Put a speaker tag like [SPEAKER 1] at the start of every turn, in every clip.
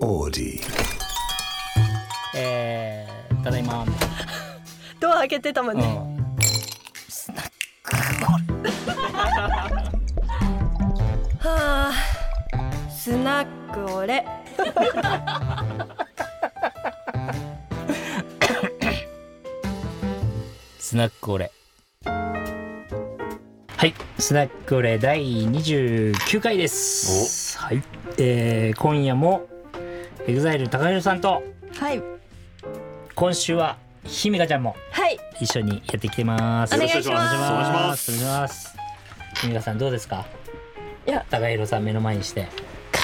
[SPEAKER 1] オーディ
[SPEAKER 2] えー、ただいま、
[SPEAKER 3] ドア開けてたもん
[SPEAKER 2] う
[SPEAKER 3] ね、
[SPEAKER 2] ん、
[SPEAKER 3] はあスナックオレ
[SPEAKER 2] スナックオレはいスナックオレ第29回ですはい、えー、今夜もエグザイル高弘さんと
[SPEAKER 3] はい
[SPEAKER 2] 今週はひめかちゃんも
[SPEAKER 3] はい
[SPEAKER 2] 一緒にやってきてます
[SPEAKER 3] お願いします
[SPEAKER 2] お願いしま
[SPEAKER 4] ます
[SPEAKER 2] お願いしますひめかさんどうですか
[SPEAKER 3] いや
[SPEAKER 2] 高弘さん目の前にして
[SPEAKER 3] かっ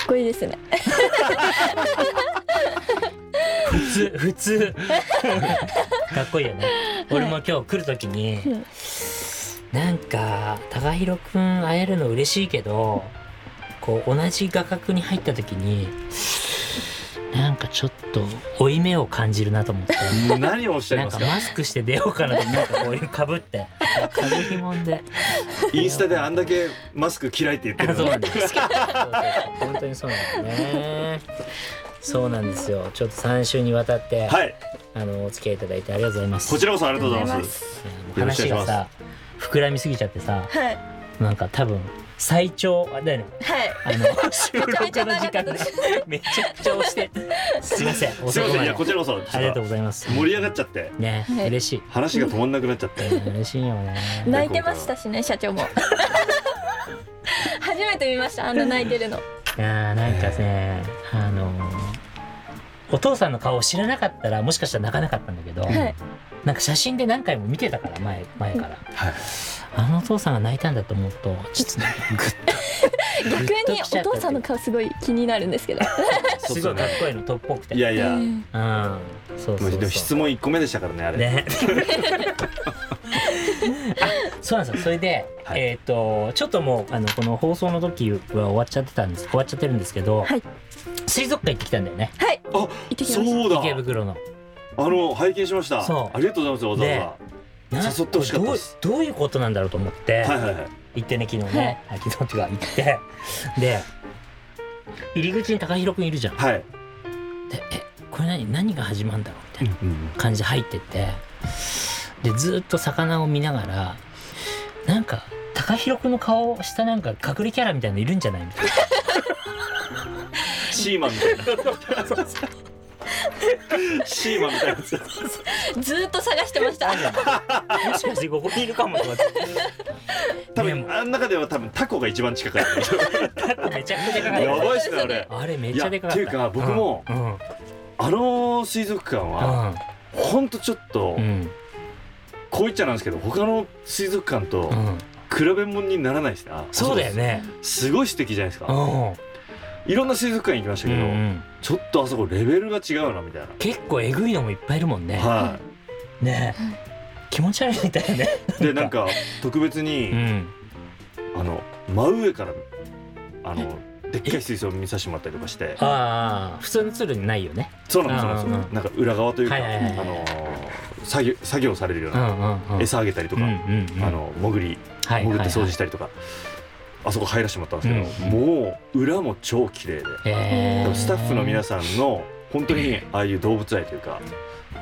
[SPEAKER 3] こいいですね
[SPEAKER 2] 普通普 通かっこいいよね俺も今日来る時に、
[SPEAKER 3] うん
[SPEAKER 2] なんか高弘くん会えるの嬉しいけどこう同じ画角に入った時になんかちょっと負い目を感じるなと思って
[SPEAKER 4] 何をおっしゃい
[SPEAKER 2] なん
[SPEAKER 4] ます
[SPEAKER 2] か
[SPEAKER 4] か
[SPEAKER 2] マスクして出ようかなとなんかこういうかぶって風邪ひもんで
[SPEAKER 4] インスタであんだけマスク嫌いって言ってる
[SPEAKER 2] そ
[SPEAKER 4] の
[SPEAKER 2] う
[SPEAKER 4] に
[SPEAKER 2] なんですけど本当にそうなんですねそうなんですよちょっと3週にわたって、
[SPEAKER 4] はい
[SPEAKER 2] あのお付き合いいただいてありがとうございます
[SPEAKER 4] こちらこそありがとうござい
[SPEAKER 3] ありがと
[SPEAKER 4] ま
[SPEAKER 3] うございます
[SPEAKER 4] よろしくお
[SPEAKER 2] 話
[SPEAKER 4] 願
[SPEAKER 2] が
[SPEAKER 4] いし
[SPEAKER 2] さ膨らみすぎちゃってさ
[SPEAKER 3] はい
[SPEAKER 2] なんか多分最長あだよね
[SPEAKER 3] はい
[SPEAKER 2] あの 収録の時間がめちゃくちゃ押してすいませ ん
[SPEAKER 4] す
[SPEAKER 2] 遅
[SPEAKER 4] いま
[SPEAKER 2] く
[SPEAKER 4] せん
[SPEAKER 2] ま
[SPEAKER 4] い
[SPEAKER 2] で
[SPEAKER 4] やこちらこそ
[SPEAKER 2] ありがとう
[SPEAKER 4] 盛
[SPEAKER 2] ございます
[SPEAKER 4] り上がっちゃって
[SPEAKER 2] ね
[SPEAKER 3] はい
[SPEAKER 2] 嬉しい
[SPEAKER 4] 話が止まんなくなっちゃっ
[SPEAKER 2] ね
[SPEAKER 4] て
[SPEAKER 2] 嬉しいよね
[SPEAKER 3] 泣いてましたしね社長も初めて見ましたあの泣いてるの
[SPEAKER 2] いやーなんかねあのーお父さんの顔を知らなかったらもしかしたら泣かなかったんだけど、
[SPEAKER 3] はい
[SPEAKER 2] なんか写真で何回も見てたから前前から、
[SPEAKER 4] はい
[SPEAKER 2] あのお父さんが泣いたんだと思うとちょっとなんかグッ
[SPEAKER 3] 逆にお父さんの顔すごい気になるんですけど
[SPEAKER 4] そう
[SPEAKER 2] す
[SPEAKER 4] っす
[SPEAKER 2] ごいかっ
[SPEAKER 4] ね
[SPEAKER 2] こいいのトっぽくて。
[SPEAKER 4] いやいや
[SPEAKER 3] う
[SPEAKER 4] も
[SPEAKER 3] ん
[SPEAKER 2] うん。そうそう
[SPEAKER 4] う
[SPEAKER 2] そ
[SPEAKER 4] で
[SPEAKER 2] う。
[SPEAKER 4] も質問一個目でしたからねあれ
[SPEAKER 2] ね。あ、そうなんですよ。それで、
[SPEAKER 4] はい
[SPEAKER 2] えっ、とちょっともうあのこの放送の時は終わっちゃってたんです。終わっちゃってるんですけど、
[SPEAKER 3] はい
[SPEAKER 2] 水族館行ってきたんだよね。
[SPEAKER 3] はい
[SPEAKER 4] あ
[SPEAKER 3] 行ってきました
[SPEAKER 4] そうだ
[SPEAKER 2] 池袋の。
[SPEAKER 4] あの拝見しました
[SPEAKER 2] そう
[SPEAKER 4] ありがとうございますわざわざ誘ってほしかったです
[SPEAKER 2] どうどういうことなんだろうと思って、
[SPEAKER 4] はいはいはい
[SPEAKER 2] 行ってね昨日ね、あ昨日っていうか行ってで入り口に高弘くんいるじゃん。で
[SPEAKER 4] はい
[SPEAKER 2] えこれ何何が始まるんだろうみたいな。
[SPEAKER 4] うん
[SPEAKER 2] 感じで入ってってでずーっと魚を見ながらなんか高弘君の顔をしたなんか隠れキャラみたいなのいるんじゃないみたいな
[SPEAKER 4] シーマンみたいなシーマンみたいなやつ
[SPEAKER 3] ずーっと探してました
[SPEAKER 2] もしかしてここにいるかもとかって
[SPEAKER 4] 多
[SPEAKER 2] ね
[SPEAKER 4] 分あん中では多分タコが一番近かった
[SPEAKER 2] めちゃくちゃでかかっ
[SPEAKER 4] やばいっすねあれ
[SPEAKER 2] たあれめっちゃでかかった
[SPEAKER 4] いやっていうか僕も
[SPEAKER 2] うんうん
[SPEAKER 4] あの水族館はほんとちょっと
[SPEAKER 2] うん
[SPEAKER 4] こう言っちゃなんですけど他の水族館と
[SPEAKER 2] うんうん
[SPEAKER 4] 比べ物にならないですね、
[SPEAKER 2] そうだよね
[SPEAKER 4] すごい素敵じゃないです
[SPEAKER 2] う
[SPEAKER 4] か
[SPEAKER 2] ん
[SPEAKER 4] いろんな水族館行きました
[SPEAKER 2] う
[SPEAKER 4] けど、
[SPEAKER 2] ん
[SPEAKER 4] ちょっとあそこレベルが違うなみたいな、
[SPEAKER 2] 結構えぐいのもいっぱいいるもんね
[SPEAKER 4] は
[SPEAKER 2] ね気持ち悪いみたいね
[SPEAKER 4] いでなんか特別に、
[SPEAKER 2] うん
[SPEAKER 4] あの真上からあのでっかい水槽見させてもらったりとかして
[SPEAKER 2] ああ普通のツールにないよね
[SPEAKER 4] そうなんですそうなんです
[SPEAKER 2] うんうん
[SPEAKER 4] なんか裏側というか、
[SPEAKER 2] はいはいはい
[SPEAKER 4] あのー作業作業されるよう
[SPEAKER 2] うん
[SPEAKER 4] な、
[SPEAKER 2] うんうん
[SPEAKER 4] 餌あげたりとか、
[SPEAKER 2] うんうんうん
[SPEAKER 4] あの潜り
[SPEAKER 2] はい
[SPEAKER 4] 潜って掃
[SPEAKER 2] はい
[SPEAKER 4] 除したりとか、あそこ入らせてもらったんですけど、
[SPEAKER 2] う
[SPEAKER 4] もう裏も超綺麗で
[SPEAKER 2] えー
[SPEAKER 4] スタッフの皆さんの本当にああいう動物愛というか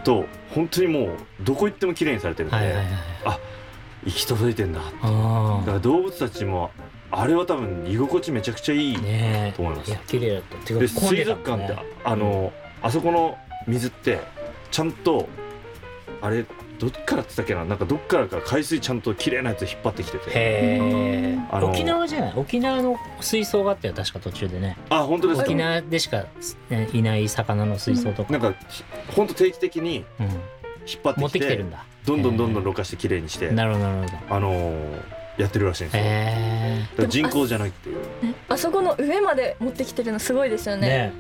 [SPEAKER 4] と本当にもうどこ行っても綺麗にされてるんで、
[SPEAKER 2] はいはいはい
[SPEAKER 4] 行き届いてんだだか
[SPEAKER 2] あ
[SPEAKER 4] ら動物たちもあれは多分居心地めちゃくちゃいい、
[SPEAKER 2] あね
[SPEAKER 4] と思います
[SPEAKER 2] えいや綺麗だったてか
[SPEAKER 4] で
[SPEAKER 2] 混ん
[SPEAKER 4] 水
[SPEAKER 2] た
[SPEAKER 4] 族
[SPEAKER 2] もん
[SPEAKER 4] 館って、
[SPEAKER 2] ね
[SPEAKER 4] あのあそこの水ってちゃんとあれどっからって言ったっけななんかどっからか海水ちゃんと綺麗なやつ引っ張ってきてて
[SPEAKER 2] へえ
[SPEAKER 4] あの
[SPEAKER 2] 沖縄じゃない沖縄の水槽があったよ確か途中でね
[SPEAKER 4] あ本当ですか
[SPEAKER 2] 沖縄でしかねいない魚の水槽と
[SPEAKER 4] な
[SPEAKER 2] か
[SPEAKER 4] んかひほんと定期的に
[SPEAKER 2] うん
[SPEAKER 4] 引っ張って
[SPEAKER 2] 持っ
[SPEAKER 4] きて
[SPEAKER 2] てきてるんだ
[SPEAKER 4] どんどんどんどんろ過して綺麗にして、
[SPEAKER 2] なるほどなるほど
[SPEAKER 4] あのーやってるらしいんですよ、
[SPEAKER 2] へ
[SPEAKER 4] だから人工じゃないっていう
[SPEAKER 3] あそこの上まで持ってきてるのすごいですよ
[SPEAKER 2] え
[SPEAKER 3] ね
[SPEAKER 2] ね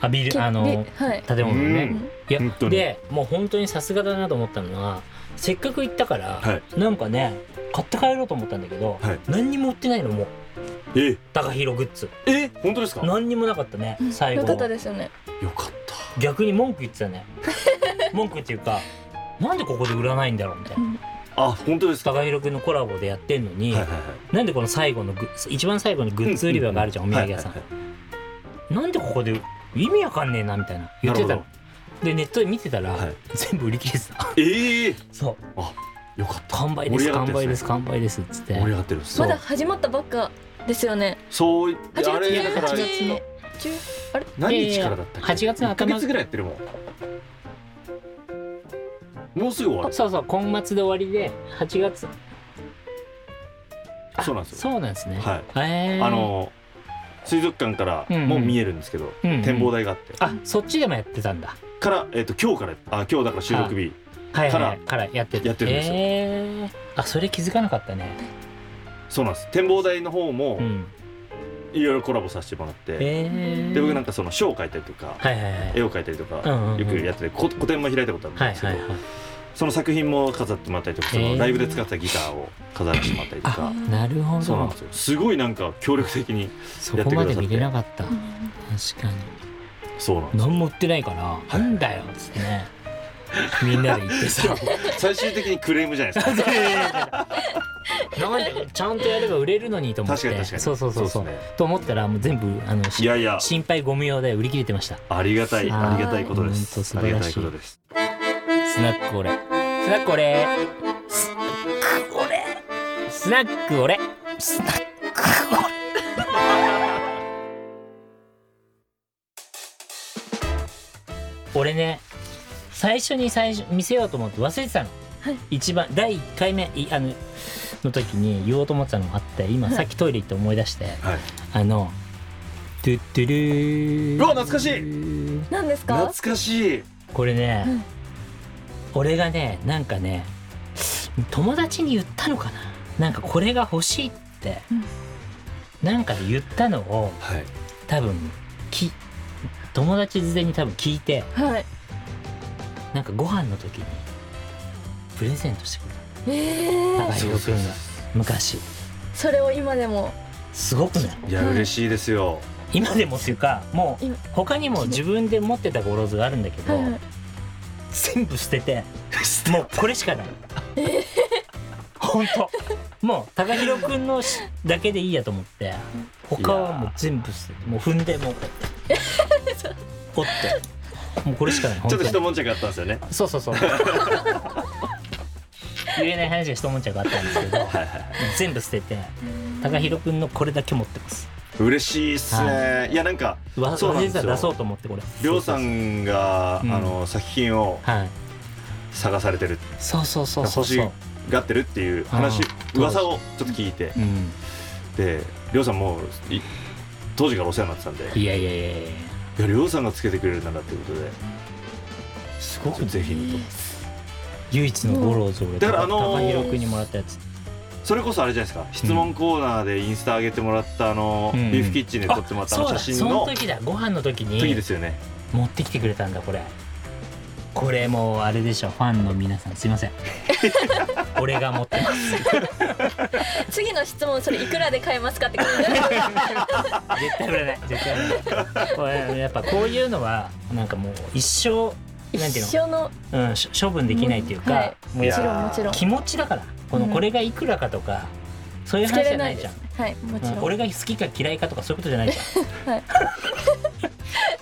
[SPEAKER 2] あビ
[SPEAKER 3] け
[SPEAKER 2] ルあの
[SPEAKER 3] びはい
[SPEAKER 2] 建物の
[SPEAKER 4] う
[SPEAKER 2] ね
[SPEAKER 4] ん
[SPEAKER 2] いや
[SPEAKER 4] 本当に
[SPEAKER 2] でもう本当にさすがだなと思ったのはせっかく行ったから、
[SPEAKER 4] はい
[SPEAKER 2] なんかね買って帰ろうと思ったんだけど、
[SPEAKER 4] はい
[SPEAKER 2] 何にも売ってないのもう
[SPEAKER 4] え
[SPEAKER 2] 高弘グッズ
[SPEAKER 4] え本当ですか
[SPEAKER 2] 何にもなかったね最
[SPEAKER 3] よか
[SPEAKER 2] 後
[SPEAKER 3] ったですよね
[SPEAKER 4] よかった
[SPEAKER 2] 逆に文句言って たね文句っていうかなんでここで売らないんだろうみたいな
[SPEAKER 4] あ本当ですかは
[SPEAKER 2] 高弘君のコラボでやってんのに、
[SPEAKER 4] いはいは
[SPEAKER 2] なんでこの最後のグッ一番最後にグッズ売り場があるじゃん、
[SPEAKER 4] い
[SPEAKER 2] お土産屋さん、
[SPEAKER 4] はいはいはい
[SPEAKER 2] なんでここで意味わかんねえなみたいな言ってたのでネットで見てたら、
[SPEAKER 4] はい
[SPEAKER 2] 全部売り切れて た
[SPEAKER 4] ええ
[SPEAKER 2] そう
[SPEAKER 4] よかった
[SPEAKER 2] 完売
[SPEAKER 4] 盛
[SPEAKER 2] です
[SPEAKER 4] り上がっ
[SPEAKER 2] 完
[SPEAKER 4] てるんで
[SPEAKER 2] 売ですす
[SPEAKER 4] ね
[SPEAKER 2] 完売ですっつって
[SPEAKER 4] 盛り上がってる
[SPEAKER 2] そう
[SPEAKER 3] まだ始まったばっかですよね
[SPEAKER 4] そう
[SPEAKER 3] 8
[SPEAKER 4] あれだ
[SPEAKER 3] 月
[SPEAKER 4] から
[SPEAKER 2] 18
[SPEAKER 3] 18日あれ
[SPEAKER 4] 何日からだったっけ
[SPEAKER 2] いやいや8月の頭
[SPEAKER 4] 1ヶ月ぐらいやってるもんもうすぐ終わる
[SPEAKER 2] そうそう今末で終わりで8月あ
[SPEAKER 4] そうなんですよ
[SPEAKER 2] そうなんですね
[SPEAKER 4] はい
[SPEAKER 2] えー
[SPEAKER 4] あの水族館からもう見えるんですけど、
[SPEAKER 2] うんうん
[SPEAKER 4] 展望台があって、
[SPEAKER 2] あそっちでもやってたんだ
[SPEAKER 4] から、えっと今日からあ今日だから収録日
[SPEAKER 2] はい
[SPEAKER 4] か
[SPEAKER 2] はい
[SPEAKER 4] ら
[SPEAKER 2] はいからやって
[SPEAKER 4] やってるんですよ
[SPEAKER 2] えーあそれ気づかなかったね
[SPEAKER 4] そうなんです展望台の方も
[SPEAKER 2] うん
[SPEAKER 4] いろいろコラボさせてもらって、
[SPEAKER 2] えー
[SPEAKER 4] で僕なんかその書を書いたりとか、
[SPEAKER 2] はいはいはい
[SPEAKER 4] 絵を描いたりとか、
[SPEAKER 2] うんうんうん
[SPEAKER 4] よくやっててこ個展も開いたことあるん
[SPEAKER 2] はい
[SPEAKER 4] ですけ
[SPEAKER 2] は
[SPEAKER 4] ど、
[SPEAKER 2] いはい
[SPEAKER 4] その作品も飾ってもらったりとかそ
[SPEAKER 2] へ
[SPEAKER 4] の
[SPEAKER 2] ー
[SPEAKER 4] ライブで使ってたギターを飾らせてもらったりとか
[SPEAKER 2] あ、なるほど
[SPEAKER 4] そうなんですよすごいなんか協力的に
[SPEAKER 2] そこまで見れなかった確かに
[SPEAKER 4] そうなんですよ
[SPEAKER 2] 何も売ってないから、
[SPEAKER 4] い
[SPEAKER 2] なんだよっつってねみんなで言って さ
[SPEAKER 4] 最終的にクレームじゃないですか確か
[SPEAKER 2] なんでちゃんとやれば売れるのにと思って
[SPEAKER 4] に確かに
[SPEAKER 2] そうそうそうそう
[SPEAKER 4] ですね
[SPEAKER 2] と思ったらもう全部あのし
[SPEAKER 4] いやいや
[SPEAKER 2] 心配ご無用で売り切れてました
[SPEAKER 4] ありがたい
[SPEAKER 2] あー
[SPEAKER 4] ありがたいことで
[SPEAKER 2] ほんと
[SPEAKER 4] す
[SPEAKER 2] 素
[SPEAKER 4] あ
[SPEAKER 2] 晴
[SPEAKER 4] りが
[SPEAKER 2] ら
[SPEAKER 4] た
[SPEAKER 2] し
[SPEAKER 4] い
[SPEAKER 2] い
[SPEAKER 4] ことです
[SPEAKER 2] スナックオレスナックオレスナックオレスナックオレスナックオレ俺ね最初に最初見せようと思って忘れてたの、
[SPEAKER 3] はい
[SPEAKER 2] 一番第1回目いあのの時に言おうと思ってたのがあって今
[SPEAKER 3] はい
[SPEAKER 2] さっきトイレ行って思い出して、
[SPEAKER 4] はい
[SPEAKER 2] あの「トゥットゥルー」
[SPEAKER 4] うわ懐かし
[SPEAKER 3] 何ですか
[SPEAKER 4] 懐かしい
[SPEAKER 2] これね、
[SPEAKER 3] うん
[SPEAKER 2] 俺がねなんかね友達に言ったのかななんかこれが欲しいって、
[SPEAKER 3] うん
[SPEAKER 2] なんかで言ったのを
[SPEAKER 4] はい
[SPEAKER 2] 多分き友達事前に多分聞いて
[SPEAKER 3] はい
[SPEAKER 2] なんかご飯の時にプレゼントしてくれ
[SPEAKER 3] え
[SPEAKER 2] た高
[SPEAKER 3] ー、
[SPEAKER 2] 弘君が昔
[SPEAKER 3] それを今でも
[SPEAKER 2] すごくない
[SPEAKER 4] いや
[SPEAKER 3] はい
[SPEAKER 4] 嬉しいですよ
[SPEAKER 2] 今でもっていうかもう
[SPEAKER 3] 今
[SPEAKER 2] 他にも自分で持ってたゴロズがあるんだけど、
[SPEAKER 3] はいはい
[SPEAKER 2] 全部捨ててもうこれしかない本当もう高弘くんのしだけでいいやと思って他はもう全部捨ててもう踏んでもう 折ってもうこれしかない本
[SPEAKER 4] ちょ
[SPEAKER 2] 当
[SPEAKER 4] っと
[SPEAKER 2] に
[SPEAKER 4] 一悶着あったんですよね
[SPEAKER 2] そうそう そう言えない話が一悶着あったんですけど
[SPEAKER 4] はいはい
[SPEAKER 2] 全部捨てて高弘くんのこれだけ持ってます
[SPEAKER 4] 嬉しいっすねいやなんか
[SPEAKER 2] わ
[SPEAKER 4] そう
[SPEAKER 2] 忘
[SPEAKER 4] なん
[SPEAKER 2] れ
[SPEAKER 4] で
[SPEAKER 2] て
[SPEAKER 4] す
[SPEAKER 2] た
[SPEAKER 4] よ
[SPEAKER 2] ら出そうと思ってこれ
[SPEAKER 4] りょうさんがあ
[SPEAKER 2] うん
[SPEAKER 4] の作品を
[SPEAKER 2] はい
[SPEAKER 4] 探されてる
[SPEAKER 2] そうそうそうそう
[SPEAKER 4] 欲し
[SPEAKER 2] そう
[SPEAKER 4] がってるっていう話
[SPEAKER 2] うん
[SPEAKER 4] 噂をちょっと聞いて
[SPEAKER 2] うん
[SPEAKER 4] でりょうさんもい当時からお世話になってたんで
[SPEAKER 2] いやいやいやいや
[SPEAKER 4] いやりょうさんがつけてくれるならってことですごくぜひ見て
[SPEAKER 2] 唯一のゴローズ俺
[SPEAKER 4] だからあのー
[SPEAKER 2] 高弘くんにもらったやつ
[SPEAKER 4] それこそあれじゃないですか質問コーナーでインスタ上げてもらったあの、
[SPEAKER 2] うん
[SPEAKER 4] ビーフキッチンで撮ってもらったあの
[SPEAKER 2] そうだ
[SPEAKER 4] 写真
[SPEAKER 2] そ
[SPEAKER 4] の
[SPEAKER 2] の時だご飯の時
[SPEAKER 4] 時
[SPEAKER 2] に
[SPEAKER 4] ですよね
[SPEAKER 2] 持ってきてくれたんだこれこれもうあれでしょファンの皆さんすい ません俺が持ってます
[SPEAKER 3] 次の質問それいくらで買えますかって感 じ
[SPEAKER 2] 絶対売れない絶対売れないこれやっぱこういうのはなんかもう一生なんて
[SPEAKER 3] 一
[SPEAKER 2] いう
[SPEAKER 3] 緒の
[SPEAKER 2] の、うん、しょ処分できないっていうか、
[SPEAKER 3] うんはい
[SPEAKER 2] もうやっ
[SPEAKER 4] い
[SPEAKER 2] ぱ
[SPEAKER 4] やー
[SPEAKER 3] もちろんもち
[SPEAKER 2] 気持ちだからこの
[SPEAKER 3] うん
[SPEAKER 2] これがいくらかとか、そういう
[SPEAKER 3] ろんつけ
[SPEAKER 2] 話じ
[SPEAKER 3] れ
[SPEAKER 2] ゃ
[SPEAKER 3] な
[SPEAKER 2] ないい
[SPEAKER 3] で
[SPEAKER 2] じゃん
[SPEAKER 3] すはいもちろん
[SPEAKER 2] 俺が好きか嫌いかとかそういうことじゃないじゃ ん、
[SPEAKER 3] はい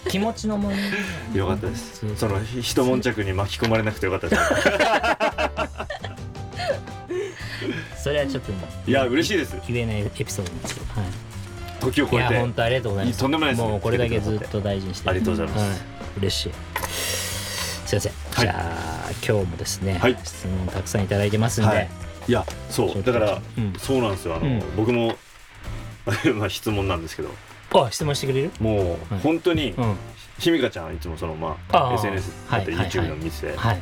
[SPEAKER 2] 気持ちの問題
[SPEAKER 4] よかったです、
[SPEAKER 2] そう
[SPEAKER 4] そのひ一悶着に巻き込まれなくてよかったです
[SPEAKER 2] それはちょっともう
[SPEAKER 4] いや嬉しいです
[SPEAKER 2] 言えないエピソードですよ、はい
[SPEAKER 4] 時を
[SPEAKER 2] い
[SPEAKER 4] 超え
[SPEAKER 2] や
[SPEAKER 4] て
[SPEAKER 2] 本当ありがとうございます
[SPEAKER 4] とんでもないです
[SPEAKER 2] もうこれだけずっと大事にして
[SPEAKER 4] ありがとうございます
[SPEAKER 2] はい、嬉しいすいませ
[SPEAKER 4] い
[SPEAKER 2] ん、じゃあ今日もですね、
[SPEAKER 4] はい
[SPEAKER 2] 質問たくさんいただいてますんで、
[SPEAKER 4] はいいやそ
[SPEAKER 2] ち
[SPEAKER 4] う
[SPEAKER 2] ょっと
[SPEAKER 4] だから、
[SPEAKER 2] うん
[SPEAKER 4] そうなんですよあの、
[SPEAKER 2] うん
[SPEAKER 4] 僕も まあ質問なんですけど
[SPEAKER 2] あ質問してくれる
[SPEAKER 4] もう
[SPEAKER 2] はい
[SPEAKER 4] 本当に、
[SPEAKER 2] うん
[SPEAKER 4] ひみかちゃんいつもそのま
[SPEAKER 2] あ
[SPEAKER 4] あ
[SPEAKER 2] ー
[SPEAKER 4] SNS だったり
[SPEAKER 2] はいはい
[SPEAKER 4] YouTube の見てて、
[SPEAKER 2] はい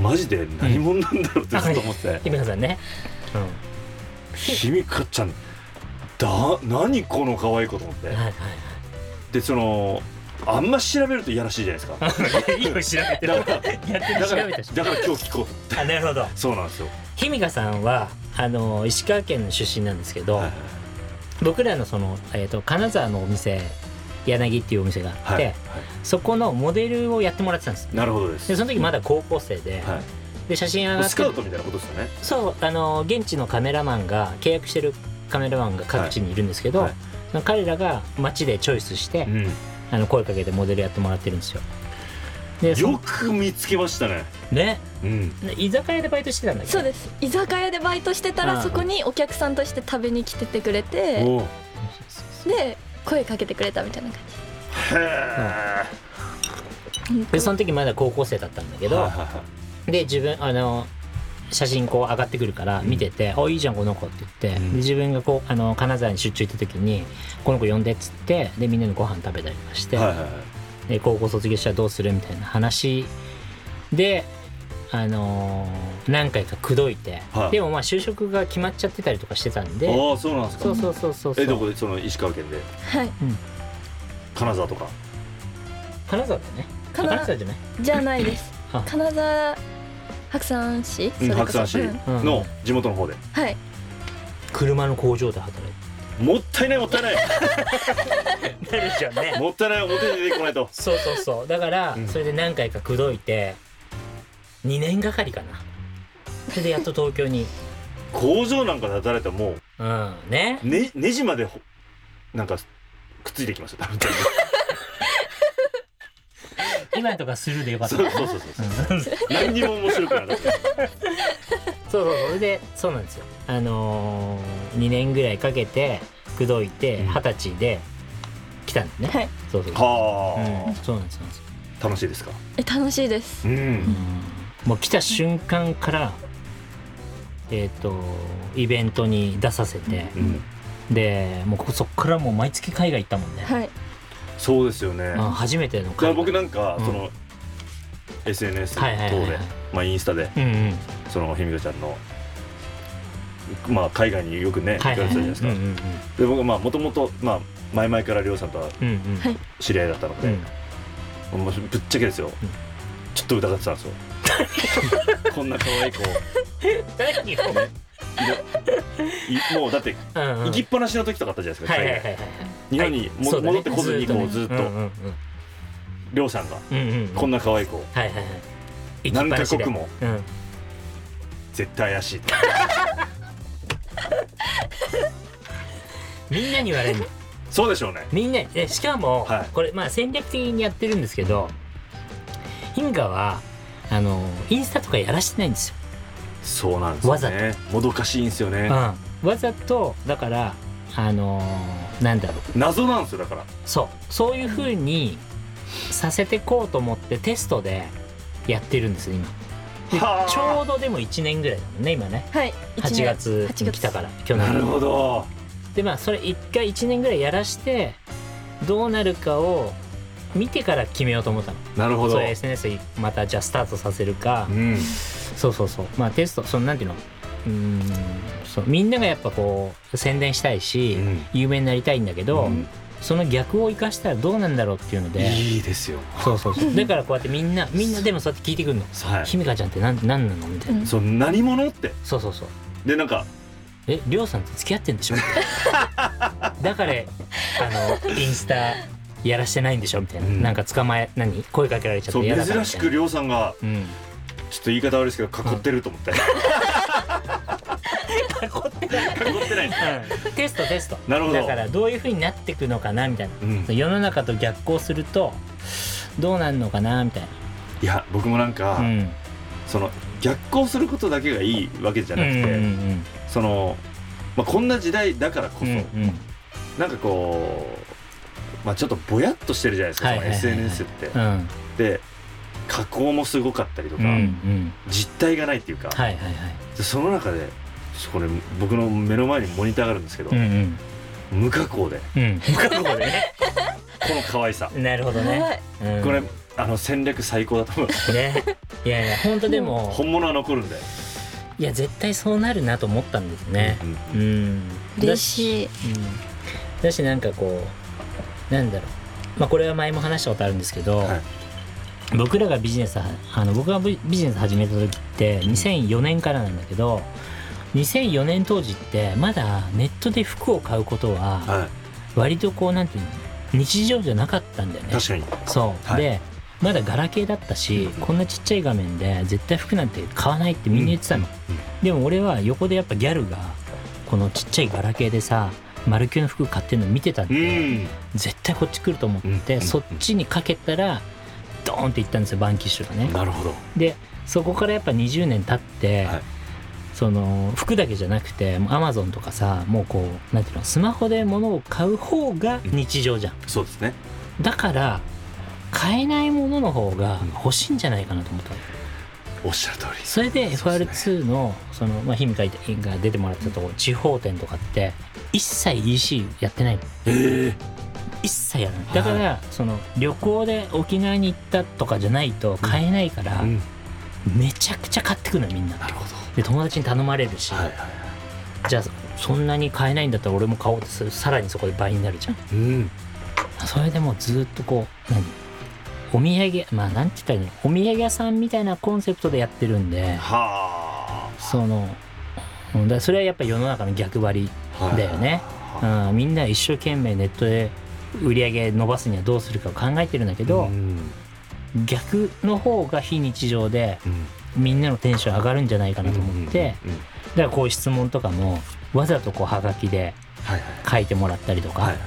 [SPEAKER 4] マジで何者なんだろうってずっと思ってて、
[SPEAKER 2] 日村さんね、
[SPEAKER 4] ひみかちゃんだ何この可愛い子と思って
[SPEAKER 2] うん、はいは
[SPEAKER 4] でそのあんま調べるといやらしいじゃ ないです かだか
[SPEAKER 2] いはいいいよ調べてる
[SPEAKER 4] らだか
[SPEAKER 2] やってる
[SPEAKER 4] ら
[SPEAKER 2] 調べ
[SPEAKER 4] だ
[SPEAKER 2] たし
[SPEAKER 4] から今日聞こう
[SPEAKER 2] あなるほど
[SPEAKER 4] そうなんですよ
[SPEAKER 2] ひみかさんはあの石川県の出身なんですけど、
[SPEAKER 4] はい
[SPEAKER 2] 僕らのその、えー、と金沢のお店柳っていうお店があっ
[SPEAKER 4] は
[SPEAKER 2] て、
[SPEAKER 4] い、はい
[SPEAKER 2] そこのモデルをやってもらってたんです
[SPEAKER 4] なるほどです
[SPEAKER 2] でその時まだ高校生で、
[SPEAKER 4] は
[SPEAKER 2] で写真上
[SPEAKER 4] い、
[SPEAKER 2] がっ
[SPEAKER 4] スカウ
[SPEAKER 2] て
[SPEAKER 4] トみたいなことですよね
[SPEAKER 2] そうあの現地のカメラマンが契約してるカメラマンが各地にいるんですけど、
[SPEAKER 4] はいはい
[SPEAKER 2] その彼らが街でチョイスして、
[SPEAKER 4] うん
[SPEAKER 2] あの声かけてモデルやってもらってるんですよでそ
[SPEAKER 4] よく見つけましたね
[SPEAKER 2] ね
[SPEAKER 4] うん
[SPEAKER 2] で居酒屋でバイトしてたんだけど
[SPEAKER 1] そうです居酒屋でバイトしてた
[SPEAKER 2] あ
[SPEAKER 1] ら
[SPEAKER 2] ー
[SPEAKER 1] そこにお客さんとして食べに来ててくれて
[SPEAKER 4] おう
[SPEAKER 1] で声かけてくれたみたいな感
[SPEAKER 4] へえ
[SPEAKER 1] じ本当
[SPEAKER 2] でその時まだ高校生だったんだけど、
[SPEAKER 4] はいはいはい
[SPEAKER 2] で自分あの写真こう上がってくるから見てて「あいいじゃんこの子」って言って、
[SPEAKER 4] うん
[SPEAKER 2] で自分がこうあの金沢に出張行った時に「この子呼んで」っつってでみんなでご飯食べたりとかして、
[SPEAKER 4] はいはいはい
[SPEAKER 2] で高校卒業したらどうするみたいな話で、あのー何回か口説いて、
[SPEAKER 4] はい
[SPEAKER 2] でもまあ就職が決まっちゃってたりとかしてたんで
[SPEAKER 4] ああそうなんですか
[SPEAKER 2] そうそうそうそうそう
[SPEAKER 4] えどこでその石川県で
[SPEAKER 1] はい
[SPEAKER 4] 金沢とか
[SPEAKER 2] 金沢だよねあ
[SPEAKER 1] 金
[SPEAKER 2] 金沢
[SPEAKER 1] 沢
[SPEAKER 2] じゃない
[SPEAKER 1] じゃないです
[SPEAKER 2] あ
[SPEAKER 1] 金沢白山市そ
[SPEAKER 4] うん
[SPEAKER 1] れこ
[SPEAKER 4] 白
[SPEAKER 1] そ
[SPEAKER 4] 山市
[SPEAKER 1] うん
[SPEAKER 2] うん
[SPEAKER 4] の地元の方で
[SPEAKER 1] はい
[SPEAKER 2] 車の工場で働い
[SPEAKER 4] もったいないもったいない
[SPEAKER 2] てるじゃんね
[SPEAKER 4] もったいない表に出てこないと
[SPEAKER 2] そうそうそうだから、
[SPEAKER 4] うん
[SPEAKER 2] それで何回か口説いて2年がかりかなそれでやっと東京に
[SPEAKER 4] 工場なんかで働いたらも
[SPEAKER 2] うんね
[SPEAKER 4] うねネジまでほなんかくっついてきま した
[SPEAKER 2] 今とかスルーでよかった
[SPEAKER 4] そ
[SPEAKER 2] そう
[SPEAKER 4] うそうそうそう何にも面白くなかった
[SPEAKER 2] そうそうそれでそうなんですよあのー、2年ぐらいかけて口説いて
[SPEAKER 4] うん
[SPEAKER 2] 二十歳で来たんだね、
[SPEAKER 1] はい
[SPEAKER 2] そうそうそう
[SPEAKER 4] は
[SPEAKER 2] う
[SPEAKER 4] あ
[SPEAKER 2] ん、そうなんですそうなんです
[SPEAKER 4] 楽しいですか
[SPEAKER 1] え楽しいです
[SPEAKER 4] うん
[SPEAKER 2] うんもう来た瞬間からえっ、とイベントに出させて、
[SPEAKER 4] うん
[SPEAKER 2] でもうそっからもう毎月海外行ったもんね、
[SPEAKER 1] はい
[SPEAKER 4] そうですよね
[SPEAKER 2] うん初めての
[SPEAKER 4] だから
[SPEAKER 2] 海外
[SPEAKER 4] 僕なんか
[SPEAKER 2] うん
[SPEAKER 4] その SNS 等
[SPEAKER 2] はいはいはい
[SPEAKER 4] でまあインスタで
[SPEAKER 2] うんうん
[SPEAKER 4] そのひみかちゃんのまあ海外によくね行か
[SPEAKER 2] は
[SPEAKER 4] れ
[SPEAKER 2] い
[SPEAKER 4] て
[SPEAKER 2] はい
[SPEAKER 4] たじ
[SPEAKER 2] は
[SPEAKER 4] ゃないですか
[SPEAKER 2] いうんうん
[SPEAKER 4] で僕まあもともとまあ前々からりょうさんとは
[SPEAKER 2] うんうんうん
[SPEAKER 1] はい
[SPEAKER 4] 知り合いだったの
[SPEAKER 2] う
[SPEAKER 4] で、
[SPEAKER 2] ん
[SPEAKER 4] もうぶっちゃけですよ、
[SPEAKER 2] うん
[SPEAKER 4] ちょっと疑ってたんです よこんな可愛い子
[SPEAKER 2] 何を
[SPEAKER 4] いもうだって
[SPEAKER 2] うんうん
[SPEAKER 4] 行きっぱなしの時とかあったじゃないですか、
[SPEAKER 2] はいはい
[SPEAKER 4] 海
[SPEAKER 2] は
[SPEAKER 4] 外
[SPEAKER 2] いは
[SPEAKER 4] 日本
[SPEAKER 2] い
[SPEAKER 4] にも、
[SPEAKER 2] そうだね
[SPEAKER 4] 戻ってこずにこうずっと
[SPEAKER 2] うんうん
[SPEAKER 4] りょうさんが
[SPEAKER 2] うんうんうん
[SPEAKER 4] こんな可愛い子
[SPEAKER 2] はいはいはい行きっ
[SPEAKER 4] 何
[SPEAKER 2] ぱ
[SPEAKER 4] カ
[SPEAKER 2] なしで
[SPEAKER 4] 国も
[SPEAKER 2] うん
[SPEAKER 4] 絶対怪しいって
[SPEAKER 2] みんなに言われるの
[SPEAKER 4] そうでしょうね
[SPEAKER 2] みんなにえしかも
[SPEAKER 4] はい
[SPEAKER 2] これまあ戦略的にやってるんですけどヒンガはあのインスタとかやらしてないんですよ
[SPEAKER 4] そうなんですよねもどかしいんですよね
[SPEAKER 2] うんわざとだからあのーなんだろう
[SPEAKER 4] 謎なんですよだから
[SPEAKER 2] そうそういう風にさせてこうと思ってテストでやってるんですよ今で
[SPEAKER 4] はあ
[SPEAKER 2] ちょうどでも1年ぐらいだもんね今ね
[SPEAKER 1] はい一
[SPEAKER 2] 8
[SPEAKER 1] 年
[SPEAKER 2] 月
[SPEAKER 1] 8
[SPEAKER 2] に
[SPEAKER 1] 月
[SPEAKER 2] 来たから去
[SPEAKER 4] な
[SPEAKER 2] 年
[SPEAKER 4] るほど
[SPEAKER 2] でまあそれ1回1年ぐらいやらしてどうなるかを見てから決めようと思ったの
[SPEAKER 4] なるほど
[SPEAKER 2] それ SNS またじゃあスタートさせるか、
[SPEAKER 4] うん
[SPEAKER 2] そうそうそうまあテストそのなんていうのうーんそうみんながやっぱこう宣伝したいし、
[SPEAKER 4] うん
[SPEAKER 2] 有名になりたいんだけど、
[SPEAKER 4] うん
[SPEAKER 2] その逆を生かしたらどうなんだろうっていうので
[SPEAKER 4] いいですよ
[SPEAKER 2] そうそうそうだからこうやってみんなみんなでもそうやって聞いてくるの
[SPEAKER 4] は
[SPEAKER 2] 「ひみかちゃんってなんなんなの?」みたいな、
[SPEAKER 1] うん
[SPEAKER 4] そう何者って
[SPEAKER 2] そうそうそう
[SPEAKER 4] でなんか
[SPEAKER 2] え、りょうさんと付き合ってんでしょだからあのインスタやらしてないんでしょみたいな、
[SPEAKER 4] うん
[SPEAKER 2] なんか捕まえ何声かけられちゃっ
[SPEAKER 4] そ
[SPEAKER 2] て
[SPEAKER 4] う
[SPEAKER 2] 嫌だから
[SPEAKER 4] 珍
[SPEAKER 2] み
[SPEAKER 4] した
[SPEAKER 2] い
[SPEAKER 4] く
[SPEAKER 2] な
[SPEAKER 4] りょうさんが
[SPEAKER 2] うん
[SPEAKER 4] ちょっと言い方悪いですけど囲ってると思って囲ってない
[SPEAKER 2] テストテスト
[SPEAKER 4] なるほど
[SPEAKER 2] だからどういうふうになってくのかなみたいな、
[SPEAKER 4] うん
[SPEAKER 2] 世の中と逆行するとどうなるのかなみたい
[SPEAKER 4] いや僕もなんか、
[SPEAKER 2] なうん
[SPEAKER 4] その逆行することだけがいいわけじゃ
[SPEAKER 2] うん
[SPEAKER 4] な
[SPEAKER 2] う
[SPEAKER 4] く
[SPEAKER 2] ん
[SPEAKER 4] て、
[SPEAKER 2] うん
[SPEAKER 4] その、まあ、こんな時代だからこそ、
[SPEAKER 2] うんうん
[SPEAKER 4] なんかこう、まあ、ちょっとぼやっとしてるじゃないですか、
[SPEAKER 2] はいはいはい
[SPEAKER 4] その SNS って。
[SPEAKER 2] うん
[SPEAKER 4] で加工もすごかったりと
[SPEAKER 2] う
[SPEAKER 4] か、
[SPEAKER 2] んうん
[SPEAKER 4] 実体がないっていうか、
[SPEAKER 2] はいはいはい
[SPEAKER 4] でその中でこれ僕の目の前にモニターがあるんですけど、
[SPEAKER 2] うんうん
[SPEAKER 4] 無加工で
[SPEAKER 2] うん
[SPEAKER 4] 無加工でね この可愛さ、
[SPEAKER 2] なるほど
[SPEAKER 1] は
[SPEAKER 2] ね、
[SPEAKER 1] い
[SPEAKER 2] うん、
[SPEAKER 4] これあの戦略最高だと思う
[SPEAKER 2] ねいやいや本当でも
[SPEAKER 4] 本物は残るんで、
[SPEAKER 2] いや絶対そうなるなと思ったんですね。
[SPEAKER 4] うん
[SPEAKER 2] うん。
[SPEAKER 1] 嬉しい
[SPEAKER 2] い。うん、だしなんかこうなんだろう。まあこれは前も話したことあるんですけど、
[SPEAKER 4] はい
[SPEAKER 2] 僕らがビジネスはあの僕がビビジネス始めた時って2004年からなんだけど。2004年当時ってまだネットで服を買うことは
[SPEAKER 4] は
[SPEAKER 2] 割とこうなんていうの日常じゃなかったんだよ
[SPEAKER 4] い、
[SPEAKER 2] ね。
[SPEAKER 4] 確かに
[SPEAKER 2] そう、
[SPEAKER 4] はい
[SPEAKER 2] でまだガラケーだったし、こんなちっちゃい画面で絶対服なんて買わないってみんな言ってたの、
[SPEAKER 4] うんうん
[SPEAKER 2] でも俺は横でやっぱギャルがこのちっちゃいガラケーでさマルキューの服買ってるの見てたん
[SPEAKER 4] う
[SPEAKER 2] で、
[SPEAKER 4] ん
[SPEAKER 2] 絶対こっち来ると思って、
[SPEAKER 4] うん
[SPEAKER 2] そっちにかけたらドーンっていったんですよバンキッシュがね。
[SPEAKER 4] なるほど
[SPEAKER 2] でそこからやっぱ20年経って、
[SPEAKER 4] はい
[SPEAKER 2] その服だけじゃなくてアマゾンとかさもうこうなんていうのスマホで物を買う方が日常じゃん、
[SPEAKER 4] そうですね
[SPEAKER 2] だから買えないものの方が欲しいんじゃないかなと思ったの
[SPEAKER 4] おっしゃる通り
[SPEAKER 2] それで
[SPEAKER 4] そうっ
[SPEAKER 2] FR2 のその、まあ、ひみかいが出てもらったとこ地方店とかって一切 EC やってないの
[SPEAKER 4] え
[SPEAKER 2] 一切やらないだから、その旅行で沖縄に行ったとかじゃないと買えないから、
[SPEAKER 4] えうん
[SPEAKER 2] めちゃくちゃ買ってくのよみんな
[SPEAKER 4] なるほ
[SPEAKER 2] で友達に頼まれるし、
[SPEAKER 4] どはいはいは
[SPEAKER 2] じゃあそんなに買えないんだったら俺も買おうってするさらにそこで倍になるじゃん
[SPEAKER 4] いうん
[SPEAKER 2] それでもうずっとこう何お土産まあなんて言ったらいいのお土産屋さんみたいなコンセプトでやってるんで
[SPEAKER 4] は
[SPEAKER 2] そのうんだからそれはやっぱ世の中の逆張り、
[SPEAKER 4] あはい
[SPEAKER 2] だよねうん、みんな一生懸命ネットで売り上げ伸ばすにはどうするかを考えてるんだけど
[SPEAKER 4] う、ん
[SPEAKER 2] 逆の方が非日常で
[SPEAKER 4] うん
[SPEAKER 2] みんなのテンション上がるんじゃないかなと思って、
[SPEAKER 4] うんうんうん
[SPEAKER 2] だからこういう質問とかもわざとこうハガキで
[SPEAKER 4] はい
[SPEAKER 2] 書いてもらったりとか、
[SPEAKER 4] はいはい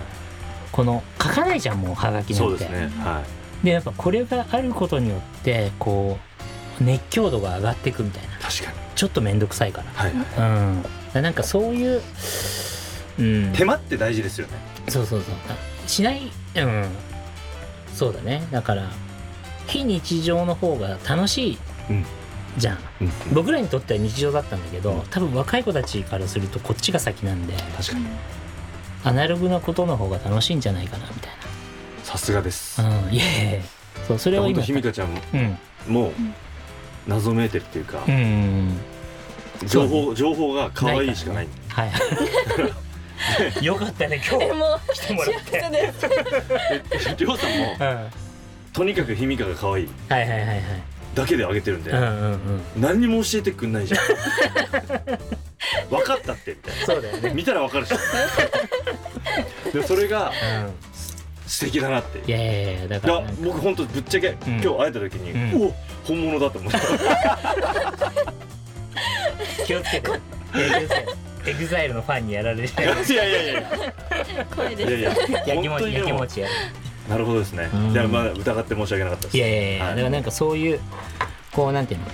[SPEAKER 2] この書かないじゃんもうハガキな
[SPEAKER 4] そ
[SPEAKER 2] ん
[SPEAKER 4] うで
[SPEAKER 2] て
[SPEAKER 4] すねは
[SPEAKER 2] でやっぱこれがあることによってこう熱狂度が上がっていくみたいない
[SPEAKER 4] 確かに
[SPEAKER 2] ちょっと面倒くさいか
[SPEAKER 4] はいはい
[SPEAKER 2] らうんだからなんかそういううん
[SPEAKER 4] 手間って大事ですよね
[SPEAKER 2] そうそうそうあしないうんそうだねだから非日常の方が楽しい
[SPEAKER 4] うん
[SPEAKER 2] じゃん、
[SPEAKER 4] うん
[SPEAKER 2] 僕らにとっては日常だったんだけど、
[SPEAKER 4] うん
[SPEAKER 2] 多分若い子たちからするとこっちが先なんで
[SPEAKER 4] 確かに
[SPEAKER 2] アナログなことの方が楽しいんじゃないかなみたいな
[SPEAKER 4] さすがです
[SPEAKER 2] うん、いやいやいやそうそれを
[SPEAKER 4] 本当
[SPEAKER 2] 今
[SPEAKER 4] ひみかちゃん
[SPEAKER 2] うん
[SPEAKER 4] も謎めいてるっていうか
[SPEAKER 2] うんうん
[SPEAKER 4] 情報情報が可愛いしかない
[SPEAKER 2] は いよかったね今
[SPEAKER 1] え
[SPEAKER 2] 日
[SPEAKER 1] もう
[SPEAKER 2] 来てもらって、
[SPEAKER 1] そうです
[SPEAKER 4] りょうさんも
[SPEAKER 2] うん、はい
[SPEAKER 4] とにかくひみかが可愛い
[SPEAKER 2] はいはいはい
[SPEAKER 4] だけであげてるんで
[SPEAKER 2] うんうんうん
[SPEAKER 4] 何にも教えてくんないじゃん分かったってみたい
[SPEAKER 2] そうだよ
[SPEAKER 4] な
[SPEAKER 2] ね
[SPEAKER 4] 見たら分かるしでそれが
[SPEAKER 2] うん
[SPEAKER 4] 素敵だなって
[SPEAKER 2] いやいやいやだ
[SPEAKER 4] い
[SPEAKER 2] から
[SPEAKER 4] や
[SPEAKER 2] なんか
[SPEAKER 4] 僕本当ぶっちゃけ、
[SPEAKER 2] ん
[SPEAKER 4] 今日会えた時に、
[SPEAKER 2] うん
[SPEAKER 4] お本物だと 思った
[SPEAKER 2] 気をつけてエグザイルのファンにやられる
[SPEAKER 4] いやいやいやい
[SPEAKER 1] 声
[SPEAKER 4] や
[SPEAKER 1] です
[SPEAKER 4] いやいや
[SPEAKER 2] やきも
[SPEAKER 4] 本当
[SPEAKER 2] ち
[SPEAKER 4] にで
[SPEAKER 2] やき
[SPEAKER 4] も
[SPEAKER 2] もちや
[SPEAKER 4] なるほどですね、
[SPEAKER 2] うん
[SPEAKER 4] いやまだ疑って申し訳なかったです
[SPEAKER 2] いやいやいや、
[SPEAKER 4] はい
[SPEAKER 2] だからなんかそういうこうなんていうの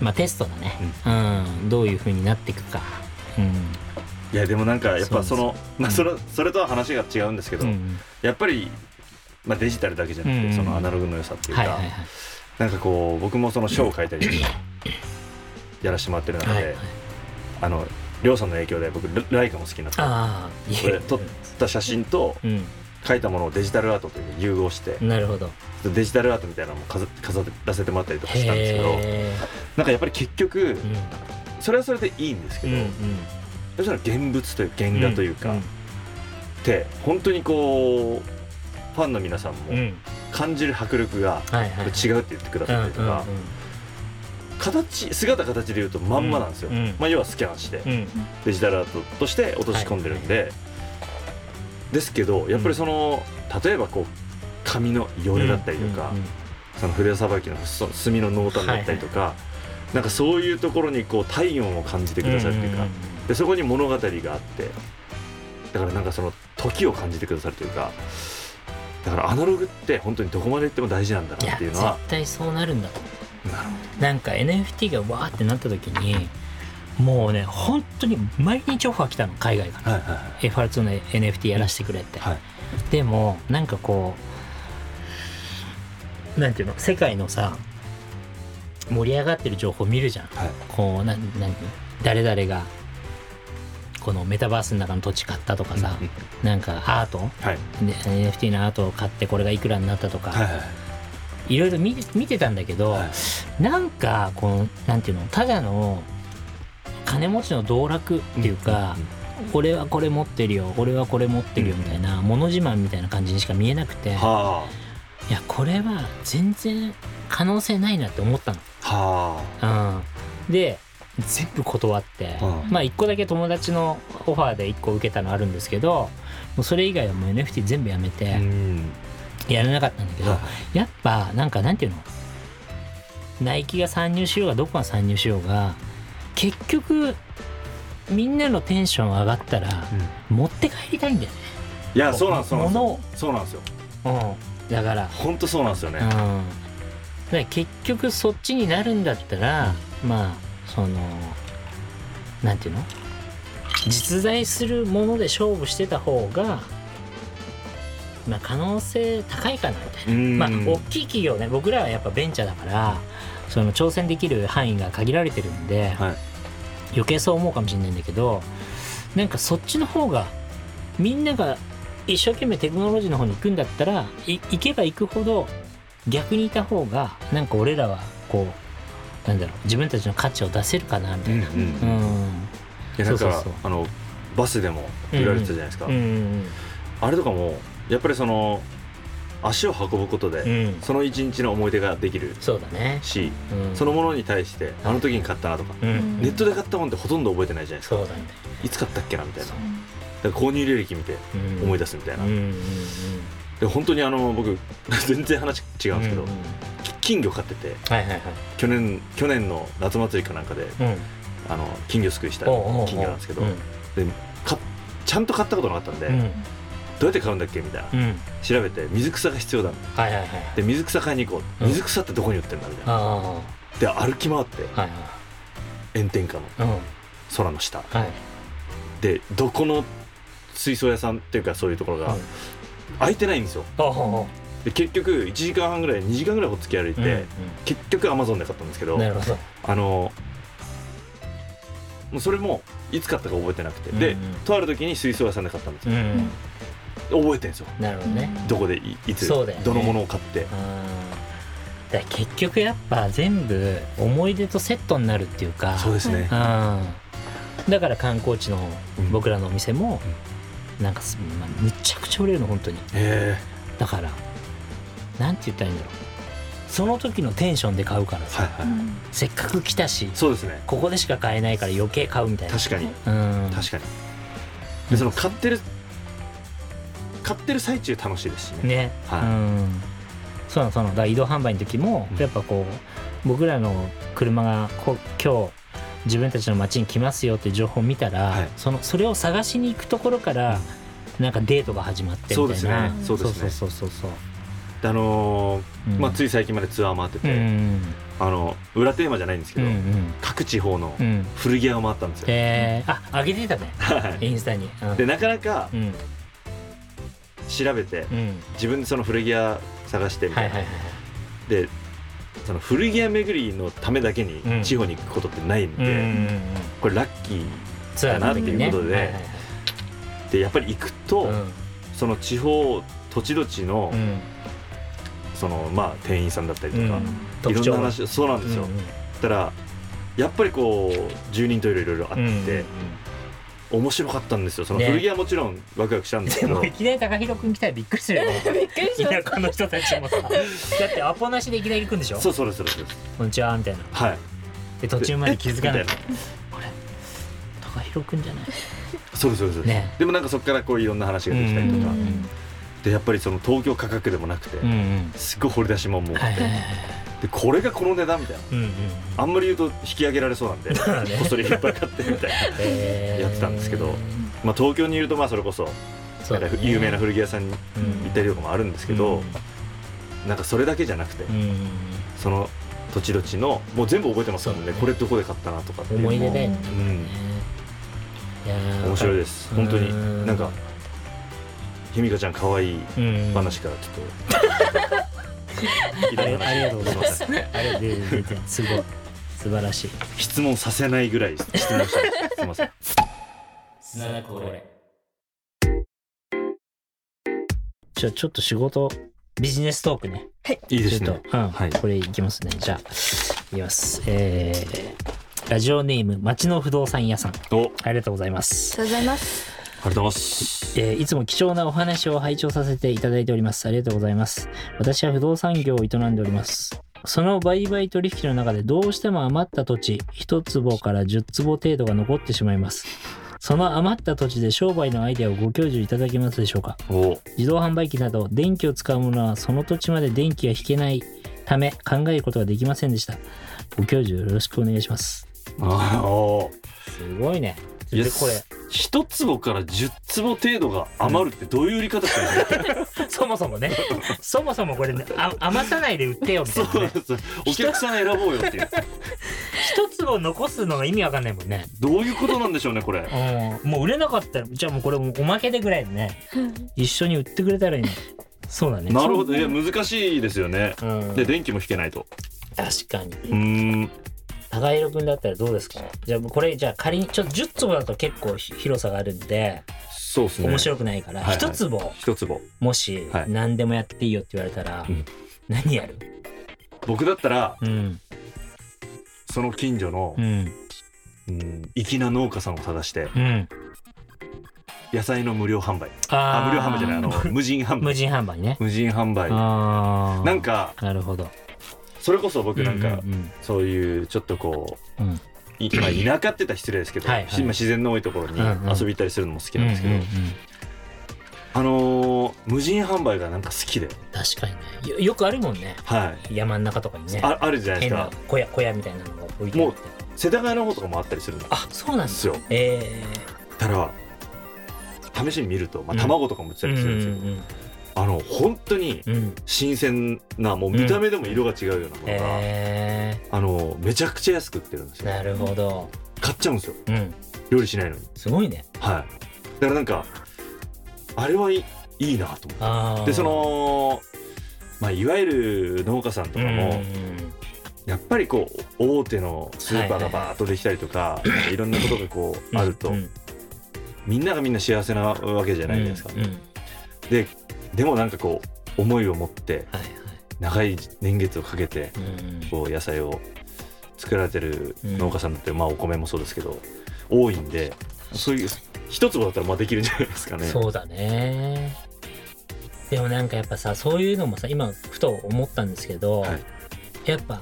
[SPEAKER 2] まあテストだねうん、どういう風になっていくかうん
[SPEAKER 4] いやでもなんかやっぱそのまあ、
[SPEAKER 2] そ
[SPEAKER 4] それそれとは話が違うんですけど、
[SPEAKER 2] うん
[SPEAKER 4] やっぱり、まあ、デジタルだけじゃなくて、
[SPEAKER 2] うん
[SPEAKER 4] そのアナログの良さっていうか、
[SPEAKER 2] はいはいはい
[SPEAKER 4] なんかこう僕もその書を書いたり とかやらせてもらってる中
[SPEAKER 2] は
[SPEAKER 4] で、
[SPEAKER 2] いはい
[SPEAKER 4] あのりょうさんの影響で僕ラライカも好きになった
[SPEAKER 2] ああい
[SPEAKER 4] これ撮った写真と
[SPEAKER 2] う
[SPEAKER 4] 書いたものをデジタルアートという融合して、
[SPEAKER 2] んなるほど
[SPEAKER 4] デジタルアートみたいなのも飾飾らせてもらったりとかしたんですけど
[SPEAKER 2] へ
[SPEAKER 4] なんかやっぱり結局
[SPEAKER 2] え
[SPEAKER 4] それはそれでいいんですけ
[SPEAKER 2] うん
[SPEAKER 4] ど、
[SPEAKER 2] うん
[SPEAKER 4] そしたら現物というか
[SPEAKER 2] うん
[SPEAKER 4] 原画というか、って本当にこうファンの皆さん
[SPEAKER 2] うんう
[SPEAKER 4] も
[SPEAKER 2] ん
[SPEAKER 4] 感じる迫力が
[SPEAKER 2] はいはい
[SPEAKER 4] 違うって言ってくださったりとか、形姿形で言うとまんまなんですよ、
[SPEAKER 2] うんうん
[SPEAKER 4] まあ、要はスキャンして
[SPEAKER 2] うんうんうん
[SPEAKER 4] デジタルアートとして落とし込んでるんで、ですけどやっぱりその例えばこう紙の汚れだったりとか、
[SPEAKER 2] うんうん
[SPEAKER 4] その筆さばきのその墨の濃淡だったりとか、なんかそういうところにこう体温を感じてくださるっていうか、
[SPEAKER 2] んん
[SPEAKER 4] でそこに物語があってだからなんかその時を感じてくださるというかだからアナログって本当にどこまで行っても大事なんだ
[SPEAKER 2] い
[SPEAKER 4] な
[SPEAKER 2] や
[SPEAKER 4] っていう
[SPEAKER 2] 絶
[SPEAKER 4] のは
[SPEAKER 2] 対そうなるんだと
[SPEAKER 4] なる
[SPEAKER 2] なんか NFT がわーってなった時にもうね本当に毎日オファー来たの海外か
[SPEAKER 4] ほ
[SPEAKER 2] ら
[SPEAKER 4] どはいはい
[SPEAKER 2] FR2 の NFT やらせてくれって、
[SPEAKER 4] はいはい
[SPEAKER 2] でもなんかこうなんていうの世界のさ盛り上がってる情報見るじゃん
[SPEAKER 4] はい
[SPEAKER 2] こうなんなんていうの誰々がこのメタバースの中の土地買ったとかさ、
[SPEAKER 4] うん
[SPEAKER 2] なんかアート
[SPEAKER 4] はい
[SPEAKER 2] で NFT のアートを買ってこれがいくらになったとか、
[SPEAKER 4] はいはい
[SPEAKER 2] い、ろいろ見て見てたんだけど、
[SPEAKER 4] はい
[SPEAKER 2] なんかこのなんていうのただの金持ちの道楽っていうか、俺はこれ持ってるよ俺はこれ持ってるよみたいな、物自慢みたいな感じにしか見えなくて、
[SPEAKER 4] はい
[SPEAKER 2] やこれは全然可能性ないなって思った
[SPEAKER 4] あは
[SPEAKER 2] の。うん、で全部断って、
[SPEAKER 4] あうん
[SPEAKER 2] まあ1個だけ友達のオファーで1個受けたのあるんですけどもうそれ以外はもう NFT 全部やめ
[SPEAKER 4] う
[SPEAKER 2] て
[SPEAKER 4] ん
[SPEAKER 2] やらなかったんだけど、
[SPEAKER 4] は
[SPEAKER 2] やっぱなんかなんていうのナイキが参入しようがどこが参入しようが結局みんなのテンション上がったら持って帰りたいんだよね
[SPEAKER 4] いやそうなんですそうなんです
[SPEAKER 2] 物
[SPEAKER 4] よ
[SPEAKER 2] を
[SPEAKER 4] そうなんですよ
[SPEAKER 2] うんだから
[SPEAKER 4] 本当そうなんですよ
[SPEAKER 2] う
[SPEAKER 4] ね
[SPEAKER 2] ん、だから結局そっちになるんだったら、まあそのなんていうの実在するもので勝負してた方が、まあ、可能性高いかなみたいな。
[SPEAKER 4] うん
[SPEAKER 2] まあ、大きい企業ね僕らはやっぱベンチャーだからその挑戦できる範囲が限られてるんで、
[SPEAKER 4] はい
[SPEAKER 2] 余計そう思うかもしれないんだけどなんかそっちの方がみんなが一生懸命テクノロジーの方に行くんだったらい行けば行くほど逆にいた方がなんか俺らはこうなんだろう自分たちの価値を出せるかなみた
[SPEAKER 4] う
[SPEAKER 2] い
[SPEAKER 4] んう
[SPEAKER 2] な。
[SPEAKER 4] ん
[SPEAKER 2] うん
[SPEAKER 4] いやなん
[SPEAKER 2] そうそ
[SPEAKER 4] か
[SPEAKER 2] うそう
[SPEAKER 4] あのバスでも言われてたじゃないですか、
[SPEAKER 2] うんうん
[SPEAKER 4] あれとかもやっぱりその足を運ぶことで、
[SPEAKER 2] うん
[SPEAKER 4] その一日の思い出ができる
[SPEAKER 2] そうだね、
[SPEAKER 4] し、
[SPEAKER 2] うん、
[SPEAKER 4] そのものに対してあの時に買ったなとか、
[SPEAKER 2] うん
[SPEAKER 4] ネットで買ったもんってほとんど覚えてないじゃないですか
[SPEAKER 2] そうだね、
[SPEAKER 4] いつ買ったっけなみたいな
[SPEAKER 2] そ
[SPEAKER 4] だから購入履歴見て
[SPEAKER 2] うん、
[SPEAKER 4] 思い
[SPEAKER 2] 出
[SPEAKER 4] 出すみたい
[SPEAKER 2] うん
[SPEAKER 4] な、
[SPEAKER 2] うんうん
[SPEAKER 4] で本当にあの僕 全然話違うんですけど、
[SPEAKER 2] うんうん
[SPEAKER 4] き金魚飼ってて
[SPEAKER 2] はいはいはい
[SPEAKER 4] 去年去年の夏祭りかなんかで
[SPEAKER 2] うん
[SPEAKER 4] あの金魚すくいした
[SPEAKER 2] おうおうおう
[SPEAKER 4] 金魚なんですけど
[SPEAKER 2] うん
[SPEAKER 4] かちゃんと買ったことなかったんで、
[SPEAKER 2] う
[SPEAKER 4] どうや
[SPEAKER 2] ん
[SPEAKER 4] って買うんだっけみたいな
[SPEAKER 2] うん
[SPEAKER 4] 調べて水草が必要だ
[SPEAKER 2] はいはいはい
[SPEAKER 4] で水草買いに行こう
[SPEAKER 2] うん
[SPEAKER 4] 水草ってどこに売ってるんだみたいな
[SPEAKER 2] あ
[SPEAKER 4] で歩き回って
[SPEAKER 2] あはい
[SPEAKER 4] 炎天下の
[SPEAKER 2] はいうん
[SPEAKER 4] 空の下
[SPEAKER 2] はい
[SPEAKER 4] でどこの水槽屋さんっていうかそういうところが
[SPEAKER 2] うん
[SPEAKER 4] 空いてないんですよ
[SPEAKER 2] おうおうおう
[SPEAKER 4] で結局1時間半ぐらい2時間ぐらいほっつき歩いて、
[SPEAKER 2] うんうん
[SPEAKER 4] 結局アマゾンで買ったんですけど
[SPEAKER 2] なるほど
[SPEAKER 4] あのもうそれもいつ買ったか覚えてなくて、で
[SPEAKER 2] うんうん
[SPEAKER 4] とある時に水槽屋さんで買ったんです
[SPEAKER 2] う
[SPEAKER 4] よ、
[SPEAKER 2] ん
[SPEAKER 4] 覚えてんですよ
[SPEAKER 2] なるほどね
[SPEAKER 4] どこでいいつ、
[SPEAKER 2] そうだよね
[SPEAKER 4] どのものを買って
[SPEAKER 2] あーだから結局やっぱ全部思い出とセットになるっていうか
[SPEAKER 4] そうですね、
[SPEAKER 2] うんだから観光地の
[SPEAKER 4] うん
[SPEAKER 2] 僕らのお店もなんかすまあむちゃくちゃ売れるの本当に
[SPEAKER 4] え
[SPEAKER 2] だからなんて言ったらいいんだろうその時のテンションで買うから
[SPEAKER 4] えは
[SPEAKER 2] さ
[SPEAKER 4] いはい、
[SPEAKER 2] せっかく来たし
[SPEAKER 4] そうですね
[SPEAKER 2] ここでしか買えないから余計買うみたいな
[SPEAKER 4] 確かに
[SPEAKER 2] うん
[SPEAKER 4] 確かにでその買ってる買ってる最中楽しいですしね
[SPEAKER 2] ね、
[SPEAKER 4] はい
[SPEAKER 2] うんそうなのそうなのだから移動販売の時も
[SPEAKER 4] うん
[SPEAKER 2] やっぱこう僕らの車がこ今日自分たちの街に来ますよっていう情報を見たら、
[SPEAKER 4] はい
[SPEAKER 2] そのそれを探しに行くところからなんかデートが始まってみたいな
[SPEAKER 4] そうですねそうですね
[SPEAKER 2] そうそうそうそう
[SPEAKER 4] であのー
[SPEAKER 2] うん
[SPEAKER 4] まあ、つい最近までツアー回って
[SPEAKER 2] う
[SPEAKER 4] て、
[SPEAKER 2] ん
[SPEAKER 4] あの裏テーマじゃないんです
[SPEAKER 2] う
[SPEAKER 4] け
[SPEAKER 2] んう
[SPEAKER 4] ど、
[SPEAKER 2] ん
[SPEAKER 4] 各地方の
[SPEAKER 2] うん
[SPEAKER 4] 古着屋を回ったんですよ、
[SPEAKER 2] えー、あ上げてたね
[SPEAKER 4] はい
[SPEAKER 2] インスタに、うん、
[SPEAKER 4] でなかなか
[SPEAKER 2] うん
[SPEAKER 4] 調べて
[SPEAKER 2] うん
[SPEAKER 4] 自分でその古着屋探してみ
[SPEAKER 2] は
[SPEAKER 4] た
[SPEAKER 2] い
[SPEAKER 4] いな、
[SPEAKER 2] はいはい
[SPEAKER 4] でその古着屋巡りのためだけ
[SPEAKER 2] うん
[SPEAKER 4] に地方に行くことってないん
[SPEAKER 2] うんうんう
[SPEAKER 4] で、
[SPEAKER 2] ん
[SPEAKER 4] これラッキー
[SPEAKER 2] ツアーの時にね
[SPEAKER 4] だなっていうことで
[SPEAKER 2] はいはいはい
[SPEAKER 4] でやっぱり行くと、その地方土地土地の,、
[SPEAKER 2] うんうん
[SPEAKER 4] そのまあ、店員さんだったりと
[SPEAKER 2] う
[SPEAKER 4] か
[SPEAKER 2] ん、
[SPEAKER 4] い
[SPEAKER 2] 特
[SPEAKER 4] ろんな
[SPEAKER 2] 徴が
[SPEAKER 4] 話そうなんですよ、
[SPEAKER 2] うんうん
[SPEAKER 4] たらやっぱりこう住人トイレいろいろあって、面白かったんですよその
[SPEAKER 2] ね
[SPEAKER 4] 古着屋もちろんワクワクしたんです
[SPEAKER 2] で
[SPEAKER 4] け ど、
[SPEAKER 2] もいきなり高弘君来たらびっくり するよね
[SPEAKER 3] びっくり
[SPEAKER 2] いやこの人たちもさだってアポなしでいきなり行くんでしょ
[SPEAKER 4] そうそうですそうですそうです
[SPEAKER 2] こんにちはみたいな
[SPEAKER 4] はい
[SPEAKER 2] で途中まで気づかな
[SPEAKER 4] え
[SPEAKER 2] い
[SPEAKER 4] みた
[SPEAKER 2] これ高弘君じゃない
[SPEAKER 4] そうですそうですそうです、
[SPEAKER 2] ね
[SPEAKER 4] でもなんかそこからこういろんな話ができたりとか、
[SPEAKER 1] うん
[SPEAKER 4] でやっぱりその東京価格でもなくて、
[SPEAKER 2] うんうん
[SPEAKER 4] すっごい掘り出しもんも多くて、
[SPEAKER 2] はいはいはい
[SPEAKER 4] でこれがこの値段みたいな
[SPEAKER 2] うんうん
[SPEAKER 4] あんまり言うと引き上げられそうなんでこ
[SPEAKER 2] そうだね
[SPEAKER 4] っそりいっぱい買ってみたい な
[SPEAKER 2] えー
[SPEAKER 4] やってたんですけどまあ東京にいるとまあそれこそ
[SPEAKER 2] そうだね
[SPEAKER 4] 有名な古着屋さんに行ったりとかもあるんですけど、なんかそれだけじゃなくて、
[SPEAKER 2] うんうん
[SPEAKER 4] その土地土地のもう全部覚えてますもん
[SPEAKER 2] そう
[SPEAKER 4] ね
[SPEAKER 2] ね
[SPEAKER 4] これどこで買ったなとかっていうの
[SPEAKER 2] 思
[SPEAKER 4] も
[SPEAKER 2] い出だよね
[SPEAKER 4] うん
[SPEAKER 2] いやー
[SPEAKER 4] 面白いです本当に
[SPEAKER 2] うん
[SPEAKER 4] なんかひみかちゃん可愛い
[SPEAKER 2] うん
[SPEAKER 4] 話からちょっとい
[SPEAKER 2] あ
[SPEAKER 4] ろ
[SPEAKER 2] り
[SPEAKER 4] んな話
[SPEAKER 2] ありがとうございます。ありがとうございます。すごい。素晴らしい。
[SPEAKER 4] 質問させないぐらい質問したすいません
[SPEAKER 2] じゃあちょっと仕事、ビジネストークね。
[SPEAKER 4] いいです
[SPEAKER 2] ちょっ
[SPEAKER 4] ね
[SPEAKER 2] と、うん、
[SPEAKER 4] はい
[SPEAKER 2] これいきますね。じゃあ、いきます。えー、ラジオネーム、町の不動産屋さん。
[SPEAKER 4] おありがとう
[SPEAKER 2] ありがとうございます。
[SPEAKER 1] とうございます
[SPEAKER 4] ございます
[SPEAKER 2] えーいつも貴重なお話を拝聴させていただいております。ありがとうございます。私は不動産業を営んでおります。その売買取引の中でどうしても余った土地、1坪から10坪程度が残ってしまいます。その余った土地で商売のアイデアをご教授いただけますでしょうか
[SPEAKER 4] お
[SPEAKER 2] 自動販売機など電気を使うものはその土地まで電気が引けないため考えることができませんでしたご教授よろしくお願いします
[SPEAKER 4] ああ
[SPEAKER 2] すごいねつでこれ
[SPEAKER 4] 一坪から十坪程度が余るってどういう売り方かね
[SPEAKER 2] そもそ もねそもそもこれ、ね、あ余さないで売ってよみた
[SPEAKER 4] そ
[SPEAKER 2] いな
[SPEAKER 4] う
[SPEAKER 2] ね
[SPEAKER 4] そうお客さん選ぼうよっていう
[SPEAKER 2] 一粒残すのが意味わかんないもんね
[SPEAKER 4] どういうことなんでしょうね これ
[SPEAKER 2] うんもう売れなかったらじゃあもうこれもうおまけでぐらいでね一緒に売ってくれたらいいのそうだね
[SPEAKER 4] なるほどいや難しいですよね
[SPEAKER 2] うん、
[SPEAKER 4] で電気も引けないと
[SPEAKER 2] 確かに
[SPEAKER 4] うーん
[SPEAKER 2] 高井君だったらどうですかじゃあこれじゃあ仮にちょっと10坪だと結構ひ広さがあるんで
[SPEAKER 4] そうですね
[SPEAKER 2] 面白くないから、
[SPEAKER 4] はいはい
[SPEAKER 2] 1坪
[SPEAKER 4] 一坪
[SPEAKER 2] もし
[SPEAKER 4] はい
[SPEAKER 2] 何でもやっていいよって言われたら、
[SPEAKER 4] うん
[SPEAKER 2] 何やる
[SPEAKER 4] 僕だったら
[SPEAKER 2] うん
[SPEAKER 4] その近所の
[SPEAKER 2] う、ん
[SPEAKER 4] うん、粋な農家さんを探して
[SPEAKER 2] うん
[SPEAKER 4] 野菜の無料販売
[SPEAKER 2] あ
[SPEAKER 4] あ無料販売じゃないあの無人販
[SPEAKER 2] 無
[SPEAKER 4] 売
[SPEAKER 2] 人販売ね
[SPEAKER 4] 無人販売
[SPEAKER 2] あー
[SPEAKER 4] なんか
[SPEAKER 2] なるほど
[SPEAKER 4] それこそ僕なんか、
[SPEAKER 2] うん
[SPEAKER 4] そういうちょっとこ
[SPEAKER 2] うんうん
[SPEAKER 4] ういまあ田舎って言ったら失礼ですけど、
[SPEAKER 2] はいはい
[SPEAKER 4] 今自然の多いところに
[SPEAKER 2] うんうん
[SPEAKER 4] 遊び行ったりするのも好きなんですけど、
[SPEAKER 2] うんうんうん
[SPEAKER 4] あのー無人販売がなんか好きで、
[SPEAKER 2] 確かにねよよくあるもんね
[SPEAKER 4] はい、
[SPEAKER 2] 山の中とかにね
[SPEAKER 4] ああるじゃないで
[SPEAKER 2] 変
[SPEAKER 4] す
[SPEAKER 2] な
[SPEAKER 4] か
[SPEAKER 2] 小屋小屋みたいなのが置いてあって
[SPEAKER 4] 世田谷の方とかもあったりするんで
[SPEAKER 2] あそうなんです
[SPEAKER 4] すよ
[SPEAKER 2] え
[SPEAKER 4] たら試しに見ると、まあ、
[SPEAKER 2] うん
[SPEAKER 4] 卵とかも売って
[SPEAKER 2] え
[SPEAKER 4] たりするんですけど、あの本当に
[SPEAKER 2] うんうんうん
[SPEAKER 4] 新鮮なもう見た目でも色が違うようなものが、
[SPEAKER 2] ええ
[SPEAKER 4] あのめちゃくちゃ安く売ってるんですよ
[SPEAKER 2] なるほど
[SPEAKER 4] 買っちゃうんですよ
[SPEAKER 2] うん
[SPEAKER 4] 料理しないのに
[SPEAKER 2] すごいね
[SPEAKER 4] はいだからなんかあれはいいいいなと思って
[SPEAKER 2] あー
[SPEAKER 4] でその、まあ、いわゆる農家さんと
[SPEAKER 2] う
[SPEAKER 4] か
[SPEAKER 2] ん
[SPEAKER 4] も、やっぱりこう大手のスーパーがバーッとできたりと か、いろんなことがこうあると、
[SPEAKER 2] うんうん
[SPEAKER 4] みんながみんな幸せなわけじゃないですか、
[SPEAKER 2] うんうん
[SPEAKER 4] ででもなんかこう思いを持って
[SPEAKER 2] はいはい
[SPEAKER 4] 長い年月をかけて
[SPEAKER 2] うん
[SPEAKER 4] こう野菜を作られてる農家さんだって、まあお米もそうですけど多いんでそういう一坪だったらまあできるんじゃないですかね。
[SPEAKER 2] そうだねでもなんかやっぱさそういうのもさ今ふと思ったんですけど、
[SPEAKER 4] はい
[SPEAKER 2] やっぱ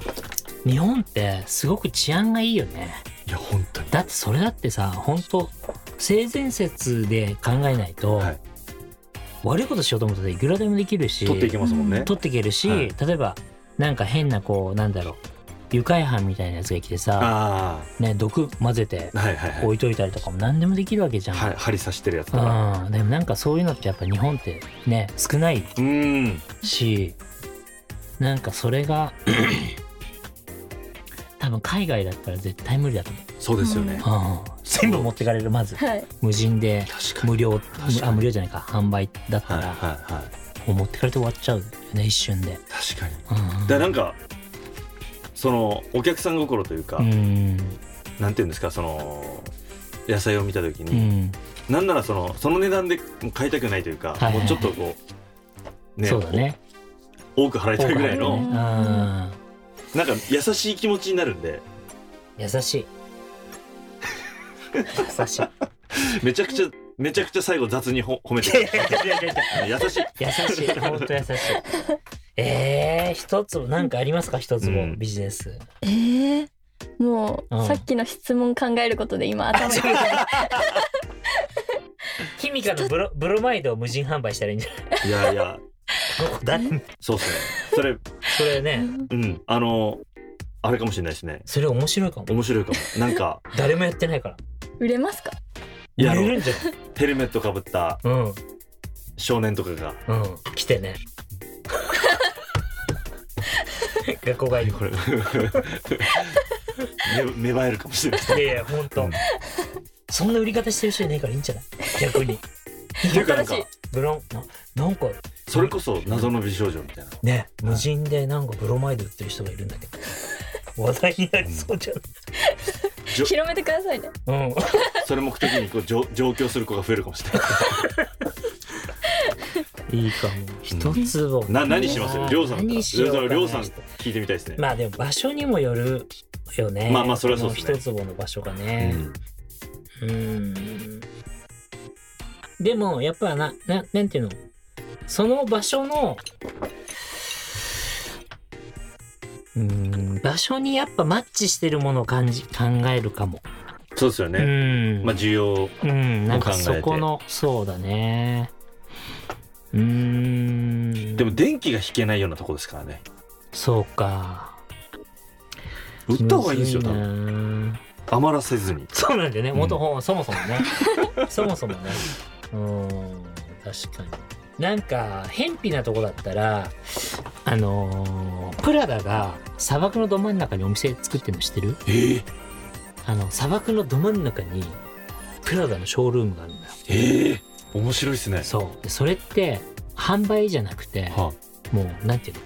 [SPEAKER 2] 日本ってすごく治安がいいよね
[SPEAKER 4] いや本当に
[SPEAKER 2] だってそれだってさ本当性善説で考えないと、
[SPEAKER 4] はい
[SPEAKER 2] 悪いことしようと思ったらいくらでもできるし
[SPEAKER 4] 取っていけますもんね。
[SPEAKER 2] 取っていけるし、
[SPEAKER 4] はい
[SPEAKER 2] 例えばなんか変なこうなんだろう誘拐犯みたいなやつが来てさ、
[SPEAKER 4] あ
[SPEAKER 2] ね、毒混ぜて
[SPEAKER 4] あはいはいはい。
[SPEAKER 2] 置いといたりとかも何でもできるわけじゃん、
[SPEAKER 4] は針刺してるやつとか。
[SPEAKER 2] うん、でもなんかそういうのってやっぱ日本ってね少ない
[SPEAKER 4] うん
[SPEAKER 2] しなんかそれ が多分海外だったら絶対無理だと
[SPEAKER 4] そうですよね。
[SPEAKER 2] 思う、うん、全部持ってかれるまず
[SPEAKER 1] はい
[SPEAKER 2] 無人で
[SPEAKER 4] 確
[SPEAKER 2] 無料
[SPEAKER 4] かに
[SPEAKER 2] あ無料じゃないか販売だった
[SPEAKER 4] はいはい
[SPEAKER 2] ら、
[SPEAKER 4] はい。
[SPEAKER 2] もう持ってかれて終わっちゃうよね一瞬で、
[SPEAKER 4] 確かに。
[SPEAKER 2] うんう
[SPEAKER 4] だ
[SPEAKER 2] ん、
[SPEAKER 4] からなんかそのお客さん心というか、
[SPEAKER 2] うん
[SPEAKER 4] なんていうんですかその野菜を見た時
[SPEAKER 2] う
[SPEAKER 4] に、
[SPEAKER 2] ん
[SPEAKER 4] なんならそのその値段で買いたくないというか、
[SPEAKER 2] はいはいは
[SPEAKER 4] も
[SPEAKER 2] い
[SPEAKER 4] うちょっとこう
[SPEAKER 2] そうだね
[SPEAKER 4] お多く払いたいぐらい
[SPEAKER 2] 多
[SPEAKER 4] の、
[SPEAKER 2] く
[SPEAKER 1] ね
[SPEAKER 2] あ
[SPEAKER 4] なんか優しい気持ちになるんで
[SPEAKER 2] る優 しい優しい
[SPEAKER 4] めちゃくちゃめちゃくちゃ最後雑にほ褒めてくる 優しい
[SPEAKER 2] 優しい 本当優しいえー、一つなんかありますか一つも、
[SPEAKER 4] うん
[SPEAKER 2] ビジネス
[SPEAKER 1] えー、もう、
[SPEAKER 2] うん
[SPEAKER 1] さっきの質問考えることで今頭いっぱい
[SPEAKER 2] キミカのブロブロマイドを無人販売したらいいんじゃない
[SPEAKER 4] いやいや
[SPEAKER 2] 誰に
[SPEAKER 4] そうですねそれ
[SPEAKER 2] それね
[SPEAKER 4] うんあのあれかもしれないですね
[SPEAKER 2] それ面白いかも
[SPEAKER 4] 面白いかもなんか
[SPEAKER 2] 誰もやってないから
[SPEAKER 1] 売れますか
[SPEAKER 4] いやあ
[SPEAKER 2] 売れ
[SPEAKER 4] の
[SPEAKER 2] るんじゃ
[SPEAKER 4] ヘルメットかぶった
[SPEAKER 2] ないうん
[SPEAKER 4] 少年とかが
[SPEAKER 2] うん、来て ね。学校帰り。
[SPEAKER 4] これ め芽生えるかもしれない
[SPEAKER 2] いやいや、ほんと。そんな売り方してる人いないからいいん じゃない逆に。
[SPEAKER 4] っていうかなんか
[SPEAKER 1] 新し
[SPEAKER 2] ブロン、ななんか
[SPEAKER 4] それこそ謎の美少女みたいな
[SPEAKER 2] ね、無人でなんかブロマイド売ってる人がいるんだけ ど。話題になりそうじゃ
[SPEAKER 4] い
[SPEAKER 1] 広めてくださいね
[SPEAKER 2] ないうん。
[SPEAKER 4] それ目的にこう上上京する子が増えるかもしれない
[SPEAKER 2] いいかも。一坪。
[SPEAKER 4] な何しますりょうさんとか
[SPEAKER 2] 何しようかな
[SPEAKER 4] りょうさん聞いてみたいですね、
[SPEAKER 2] まあでも場所にもよるよね。
[SPEAKER 4] まあまあそれはそうですね
[SPEAKER 2] この一坪の場所が
[SPEAKER 4] う
[SPEAKER 2] ね。
[SPEAKER 4] ん、
[SPEAKER 2] うーんでもやっぱなななんていうのその場所のうーん場所にやっぱマッチしてるものを感じ考えるかも。
[SPEAKER 4] そうですよ
[SPEAKER 2] う
[SPEAKER 4] ね、
[SPEAKER 2] ん、
[SPEAKER 4] まあ需要
[SPEAKER 2] うん、なんか
[SPEAKER 4] を考えて
[SPEAKER 2] そこのそうだね。うーん
[SPEAKER 4] でも電気が引けないようなとこですからね
[SPEAKER 2] そうか。
[SPEAKER 4] 売った方がいいんですよ多分
[SPEAKER 2] 分。
[SPEAKER 4] 余らせずに
[SPEAKER 2] そうなんだよね
[SPEAKER 4] うん
[SPEAKER 2] 元本、そもそもね そもそもねうん確かになんか偏僻なとこだったらあのープラダが砂漠のど真ん中にお店作ってるの知ってる
[SPEAKER 4] ええ
[SPEAKER 2] あの砂漠のど真ん中にプラダのショールームがあるんだよ
[SPEAKER 4] ええ面白いですね
[SPEAKER 2] そうでそれって販売じゃなくて
[SPEAKER 4] は
[SPEAKER 2] もうなんていうの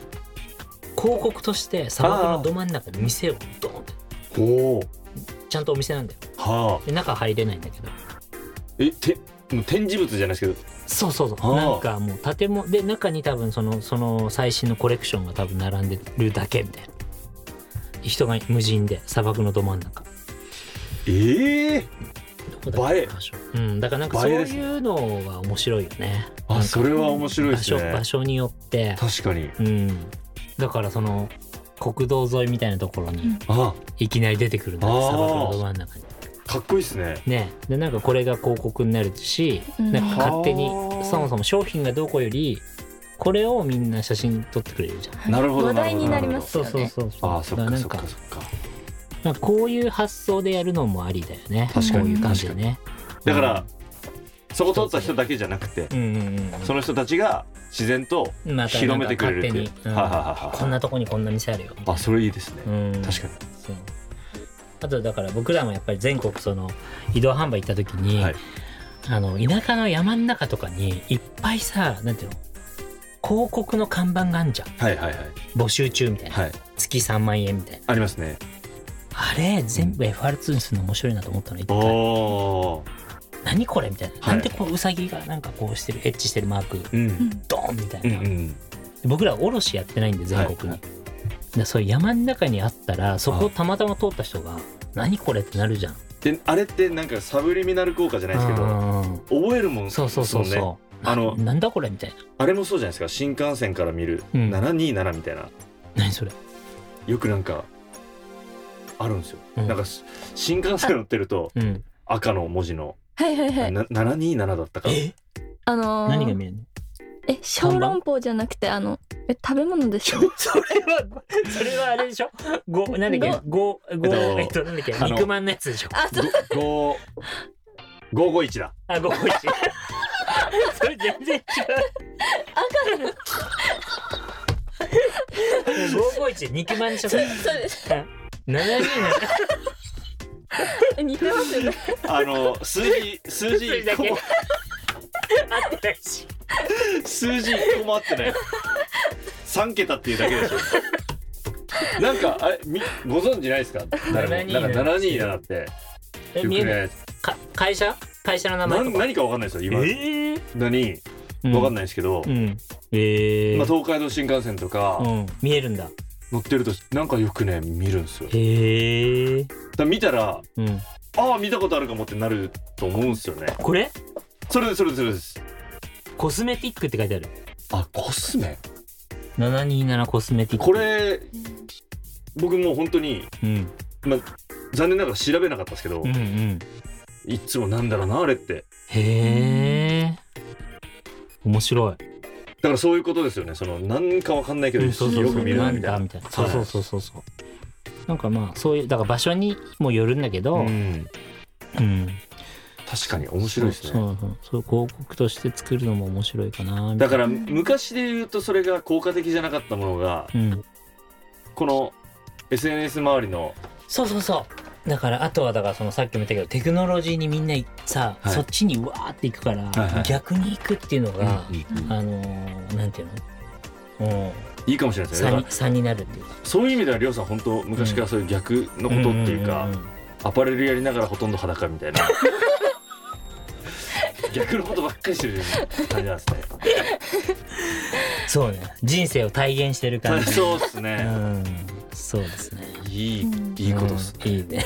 [SPEAKER 2] 広告として砂漠のど真ん中に店をドーンって
[SPEAKER 4] あ、おお
[SPEAKER 2] ちゃんとお店なんだよ
[SPEAKER 4] はあ
[SPEAKER 2] で中入れないんだけど
[SPEAKER 4] えてもう展示物じゃないですけど
[SPEAKER 2] そうそうそ
[SPEAKER 4] あ
[SPEAKER 2] う
[SPEAKER 4] ー
[SPEAKER 2] なんかもう建物で中に多分そのその最新のコレクションが多分並んでるだけみたいな人が無人で砂漠のど真ん中
[SPEAKER 4] ええ
[SPEAKER 2] どこだっけ
[SPEAKER 4] 映え
[SPEAKER 2] 場所うんだからなんかそう
[SPEAKER 4] 映えですね
[SPEAKER 2] いうのは面白いよねなん
[SPEAKER 4] あ
[SPEAKER 2] か
[SPEAKER 4] それは面白いで
[SPEAKER 2] 場
[SPEAKER 4] す
[SPEAKER 2] 所
[SPEAKER 4] ね
[SPEAKER 2] 場所によって
[SPEAKER 4] 確かに
[SPEAKER 2] うんだからその国道沿いみたいなところに
[SPEAKER 4] あ
[SPEAKER 2] いきなり出てくるんだよ
[SPEAKER 4] あー
[SPEAKER 2] 砂漠のど真ん中に
[SPEAKER 4] かっこいいですね
[SPEAKER 2] ねでなんかこれが広告になるし、
[SPEAKER 1] うん
[SPEAKER 2] なんか勝手に
[SPEAKER 4] あー
[SPEAKER 2] そもそも商品がどこよりこれをみんな写真撮ってくれるじゃん。
[SPEAKER 4] なるほど
[SPEAKER 1] 話題になり
[SPEAKER 4] なる
[SPEAKER 1] ま
[SPEAKER 4] ほ
[SPEAKER 1] す
[SPEAKER 2] そう
[SPEAKER 1] よ
[SPEAKER 2] そう
[SPEAKER 1] ね。
[SPEAKER 2] そう
[SPEAKER 4] ああそっか
[SPEAKER 2] だ
[SPEAKER 4] そっ
[SPEAKER 2] ら
[SPEAKER 4] か
[SPEAKER 2] なん
[SPEAKER 4] そっか
[SPEAKER 2] なんかこういう発想でやるのもありだよね
[SPEAKER 4] 確
[SPEAKER 1] かに
[SPEAKER 2] こういう感じでね
[SPEAKER 4] だから、そこ通った人だけじゃなくて
[SPEAKER 2] うんうんうん
[SPEAKER 4] その人たちが自然と
[SPEAKER 2] うんまた
[SPEAKER 4] 広めてくれるってい
[SPEAKER 2] なん
[SPEAKER 4] う
[SPEAKER 2] か勝手に、う
[SPEAKER 4] は
[SPEAKER 2] ん
[SPEAKER 4] いはいはい
[SPEAKER 2] こんなとこにこんな店あるよ
[SPEAKER 4] あそれいいですね
[SPEAKER 2] うん
[SPEAKER 4] 確か
[SPEAKER 2] そうあとだから僕らもやっぱり全国その移動販売行った時に、
[SPEAKER 4] はい
[SPEAKER 2] あの田舎の山の中とかにいっぱいさなんていうの広告の看板があんじゃん
[SPEAKER 4] にはいはいはい
[SPEAKER 2] 募集中みたいな、
[SPEAKER 4] はい
[SPEAKER 2] 月3万円みたいな
[SPEAKER 4] ありますね
[SPEAKER 2] あれ全部 FR2 にするの面白いなと思ったの一
[SPEAKER 4] お
[SPEAKER 2] 回
[SPEAKER 4] お
[SPEAKER 2] 何これみたいな、
[SPEAKER 4] はい
[SPEAKER 2] なんでこうウサギがなんかこうしてるエッチしてるマーク
[SPEAKER 4] うん
[SPEAKER 2] ドーンみたい
[SPEAKER 4] うん
[SPEAKER 2] な、
[SPEAKER 4] うん
[SPEAKER 2] 僕ら卸しやってないんで全国
[SPEAKER 4] は
[SPEAKER 2] に、でそういう山の中にあったらそこをたまたま通った人が「何これ?」ってなるじゃん
[SPEAKER 4] であれってなんかサブリミナル効果じゃないですけ
[SPEAKER 2] う
[SPEAKER 4] ど
[SPEAKER 2] んうんうん
[SPEAKER 4] 覚えるもん
[SPEAKER 2] そうそうそう
[SPEAKER 4] ですもんね
[SPEAKER 2] そう、
[SPEAKER 4] あの
[SPEAKER 2] ななんだこれみたいな
[SPEAKER 4] あれもそうじゃないですか新幹線から見る
[SPEAKER 2] うん
[SPEAKER 4] 727みたいな
[SPEAKER 2] 何それ
[SPEAKER 4] よくなんかあるんですよ、
[SPEAKER 2] うん
[SPEAKER 4] なんかし新幹線乗ってると
[SPEAKER 2] うん
[SPEAKER 4] 赤の文字の、
[SPEAKER 1] はいはいはい。
[SPEAKER 4] な727だったか
[SPEAKER 2] え
[SPEAKER 1] あの
[SPEAKER 2] 何が
[SPEAKER 1] ー、
[SPEAKER 2] 見えるの
[SPEAKER 1] え小籠包じゃなくてあのえ食べ物ですよね。
[SPEAKER 2] それはそれはあれでしょごなんだっけごごえ
[SPEAKER 4] えっ
[SPEAKER 2] っとなんだっけ
[SPEAKER 4] あの
[SPEAKER 2] 肉まんのやつでしょ
[SPEAKER 1] あそう
[SPEAKER 4] ご551だ
[SPEAKER 2] あ、ごこいち。それ全然違う。赤の。五五一肉まん食。
[SPEAKER 1] そうです。
[SPEAKER 2] 七人
[SPEAKER 1] 似てますよね。
[SPEAKER 4] あの数字数字
[SPEAKER 2] 数字だ
[SPEAKER 4] 1
[SPEAKER 2] け
[SPEAKER 4] 個も
[SPEAKER 2] あってないし。
[SPEAKER 4] 数字1個もあってない3桁っていうだけでしょなんかあれみご存知ないですか誰もなんか727って
[SPEAKER 2] え、
[SPEAKER 4] よく
[SPEAKER 2] 見えない。
[SPEAKER 4] ね
[SPEAKER 2] か会社？会社の名前
[SPEAKER 4] な
[SPEAKER 2] と
[SPEAKER 4] ん
[SPEAKER 2] か。
[SPEAKER 4] 何かわかんないですよ今
[SPEAKER 2] ええ
[SPEAKER 4] 何
[SPEAKER 2] ー。
[SPEAKER 4] わかんない
[SPEAKER 2] ない。
[SPEAKER 4] ですけど、
[SPEAKER 2] うん。ええ
[SPEAKER 4] まあ、。東海道新幹線とか
[SPEAKER 2] うん。見えるんだ。
[SPEAKER 4] 乗ってるとなんかよくね見るんですよ
[SPEAKER 2] へえ。
[SPEAKER 4] だから見たら
[SPEAKER 2] うん。
[SPEAKER 4] ああ見たことあるかもってなると思うんですよね
[SPEAKER 2] これ？
[SPEAKER 4] それですそれですそれです
[SPEAKER 2] コスメティックって書いてある。
[SPEAKER 4] あコスメ
[SPEAKER 2] 七二七コスメティック。
[SPEAKER 4] こ。れ僕もう本当に
[SPEAKER 2] うん。
[SPEAKER 4] 残念ながら調べなかったですけど、
[SPEAKER 2] うんうん。
[SPEAKER 4] いつもなんだろうなあれって
[SPEAKER 2] へえ。面白い。
[SPEAKER 4] だからそういうことですよねそのなんかわかんないけど、
[SPEAKER 2] うんそうそう
[SPEAKER 4] よ
[SPEAKER 2] そう
[SPEAKER 4] く見るな
[SPEAKER 2] なん
[SPEAKER 4] みた
[SPEAKER 2] だ
[SPEAKER 4] いな
[SPEAKER 2] みたいなそうそうそうそうそうなんかまあそういうだから場所にもよるんだけど、
[SPEAKER 4] う
[SPEAKER 2] うん
[SPEAKER 4] ん確かに面白いですね
[SPEAKER 2] そうそうそう広告として作るのも面白いかなみ
[SPEAKER 4] だ
[SPEAKER 2] たいな
[SPEAKER 4] から昔で言うとそれが効果的じゃなかったものが
[SPEAKER 2] うん
[SPEAKER 4] この SNS 周りの
[SPEAKER 2] そうそうそうだからあとはだからそのさっきも言ったけどテクノロジーにみんなさ、
[SPEAKER 4] はい
[SPEAKER 2] そっちにうわーっていくから、
[SPEAKER 4] はいはい
[SPEAKER 2] 逆に行くっていうのが、
[SPEAKER 4] うん
[SPEAKER 2] あのーなんていうのうん
[SPEAKER 4] いいかもしれないですね
[SPEAKER 2] 差
[SPEAKER 4] だ
[SPEAKER 2] に
[SPEAKER 4] から
[SPEAKER 2] 差になるっていうか
[SPEAKER 4] そういう意味ではりょうさん本当昔からそういう逆のことっていうか、
[SPEAKER 2] んんんん
[SPEAKER 4] アパレルやりながらほとんど裸みたいな 逆のことばっかりしてる感じなんですね
[SPEAKER 2] そうね人生を体現してる感
[SPEAKER 4] 大
[SPEAKER 2] じ
[SPEAKER 4] そうです
[SPEAKER 2] う
[SPEAKER 4] ね
[SPEAKER 2] んそうですね
[SPEAKER 4] いい
[SPEAKER 1] うん
[SPEAKER 4] いいことです、
[SPEAKER 2] うんいいね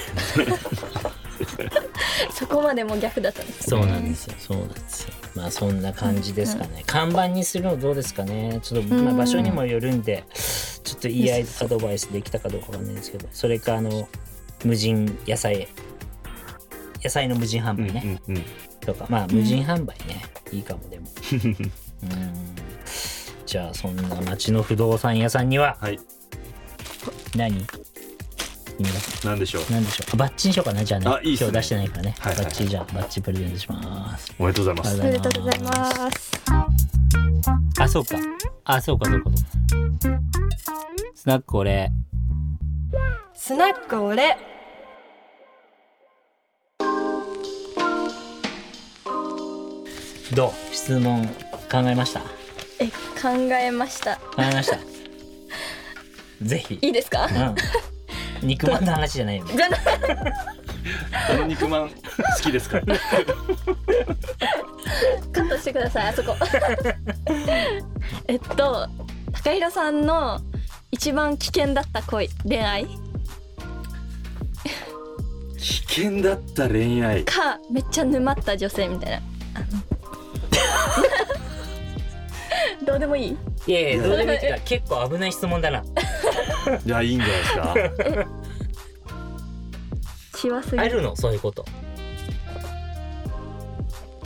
[SPEAKER 1] そこまでも逆だったんです。
[SPEAKER 2] そうなんですよ。そうなんですよ。まあそんな感じですかね。看板にするのどうですかね。ちょっとまあ
[SPEAKER 1] うん
[SPEAKER 2] 場所にもよるんで、ちょっといいアイアドバイスできたかどうかわかんないですけど、それかあの無人野菜野菜の無人販
[SPEAKER 4] うん
[SPEAKER 2] 売ね、
[SPEAKER 4] うんうん
[SPEAKER 2] とかまあ無人販売ね、いいかも でも。うんじゃあそんな町の不動産屋さんには
[SPEAKER 4] はい
[SPEAKER 2] 何君は
[SPEAKER 4] なんでしょう
[SPEAKER 2] 何でしょうあバッチにしようかなじゃあね
[SPEAKER 4] あいいっすね
[SPEAKER 2] 今日出してないからね、
[SPEAKER 4] はいはい
[SPEAKER 2] バッチじゃあバッチプレゼントします
[SPEAKER 4] おめでとうございます
[SPEAKER 1] おめでとうございます。
[SPEAKER 2] あそうかあそうかそうかそうかスナック俺
[SPEAKER 3] スナックオレ
[SPEAKER 2] どう質問考えました
[SPEAKER 1] え、考えました。
[SPEAKER 2] 考えました ぜひ
[SPEAKER 1] いいですか？
[SPEAKER 2] うん肉まんの話じゃないよね
[SPEAKER 1] じゃない。
[SPEAKER 4] この肉まん好きですか
[SPEAKER 1] カットしてください。あそ こ。えっと、高弘さんの一番危険だった恋、恋愛
[SPEAKER 4] 危険だった恋愛
[SPEAKER 1] かめっちゃ沼った女性みたいな。あのどうでもいい。
[SPEAKER 2] いやいやどうでもいいけど結構危ない質問だな
[SPEAKER 4] じゃあいいんじゃないですか
[SPEAKER 1] しわすぎ
[SPEAKER 2] あ
[SPEAKER 1] る。
[SPEAKER 2] るのそういうこと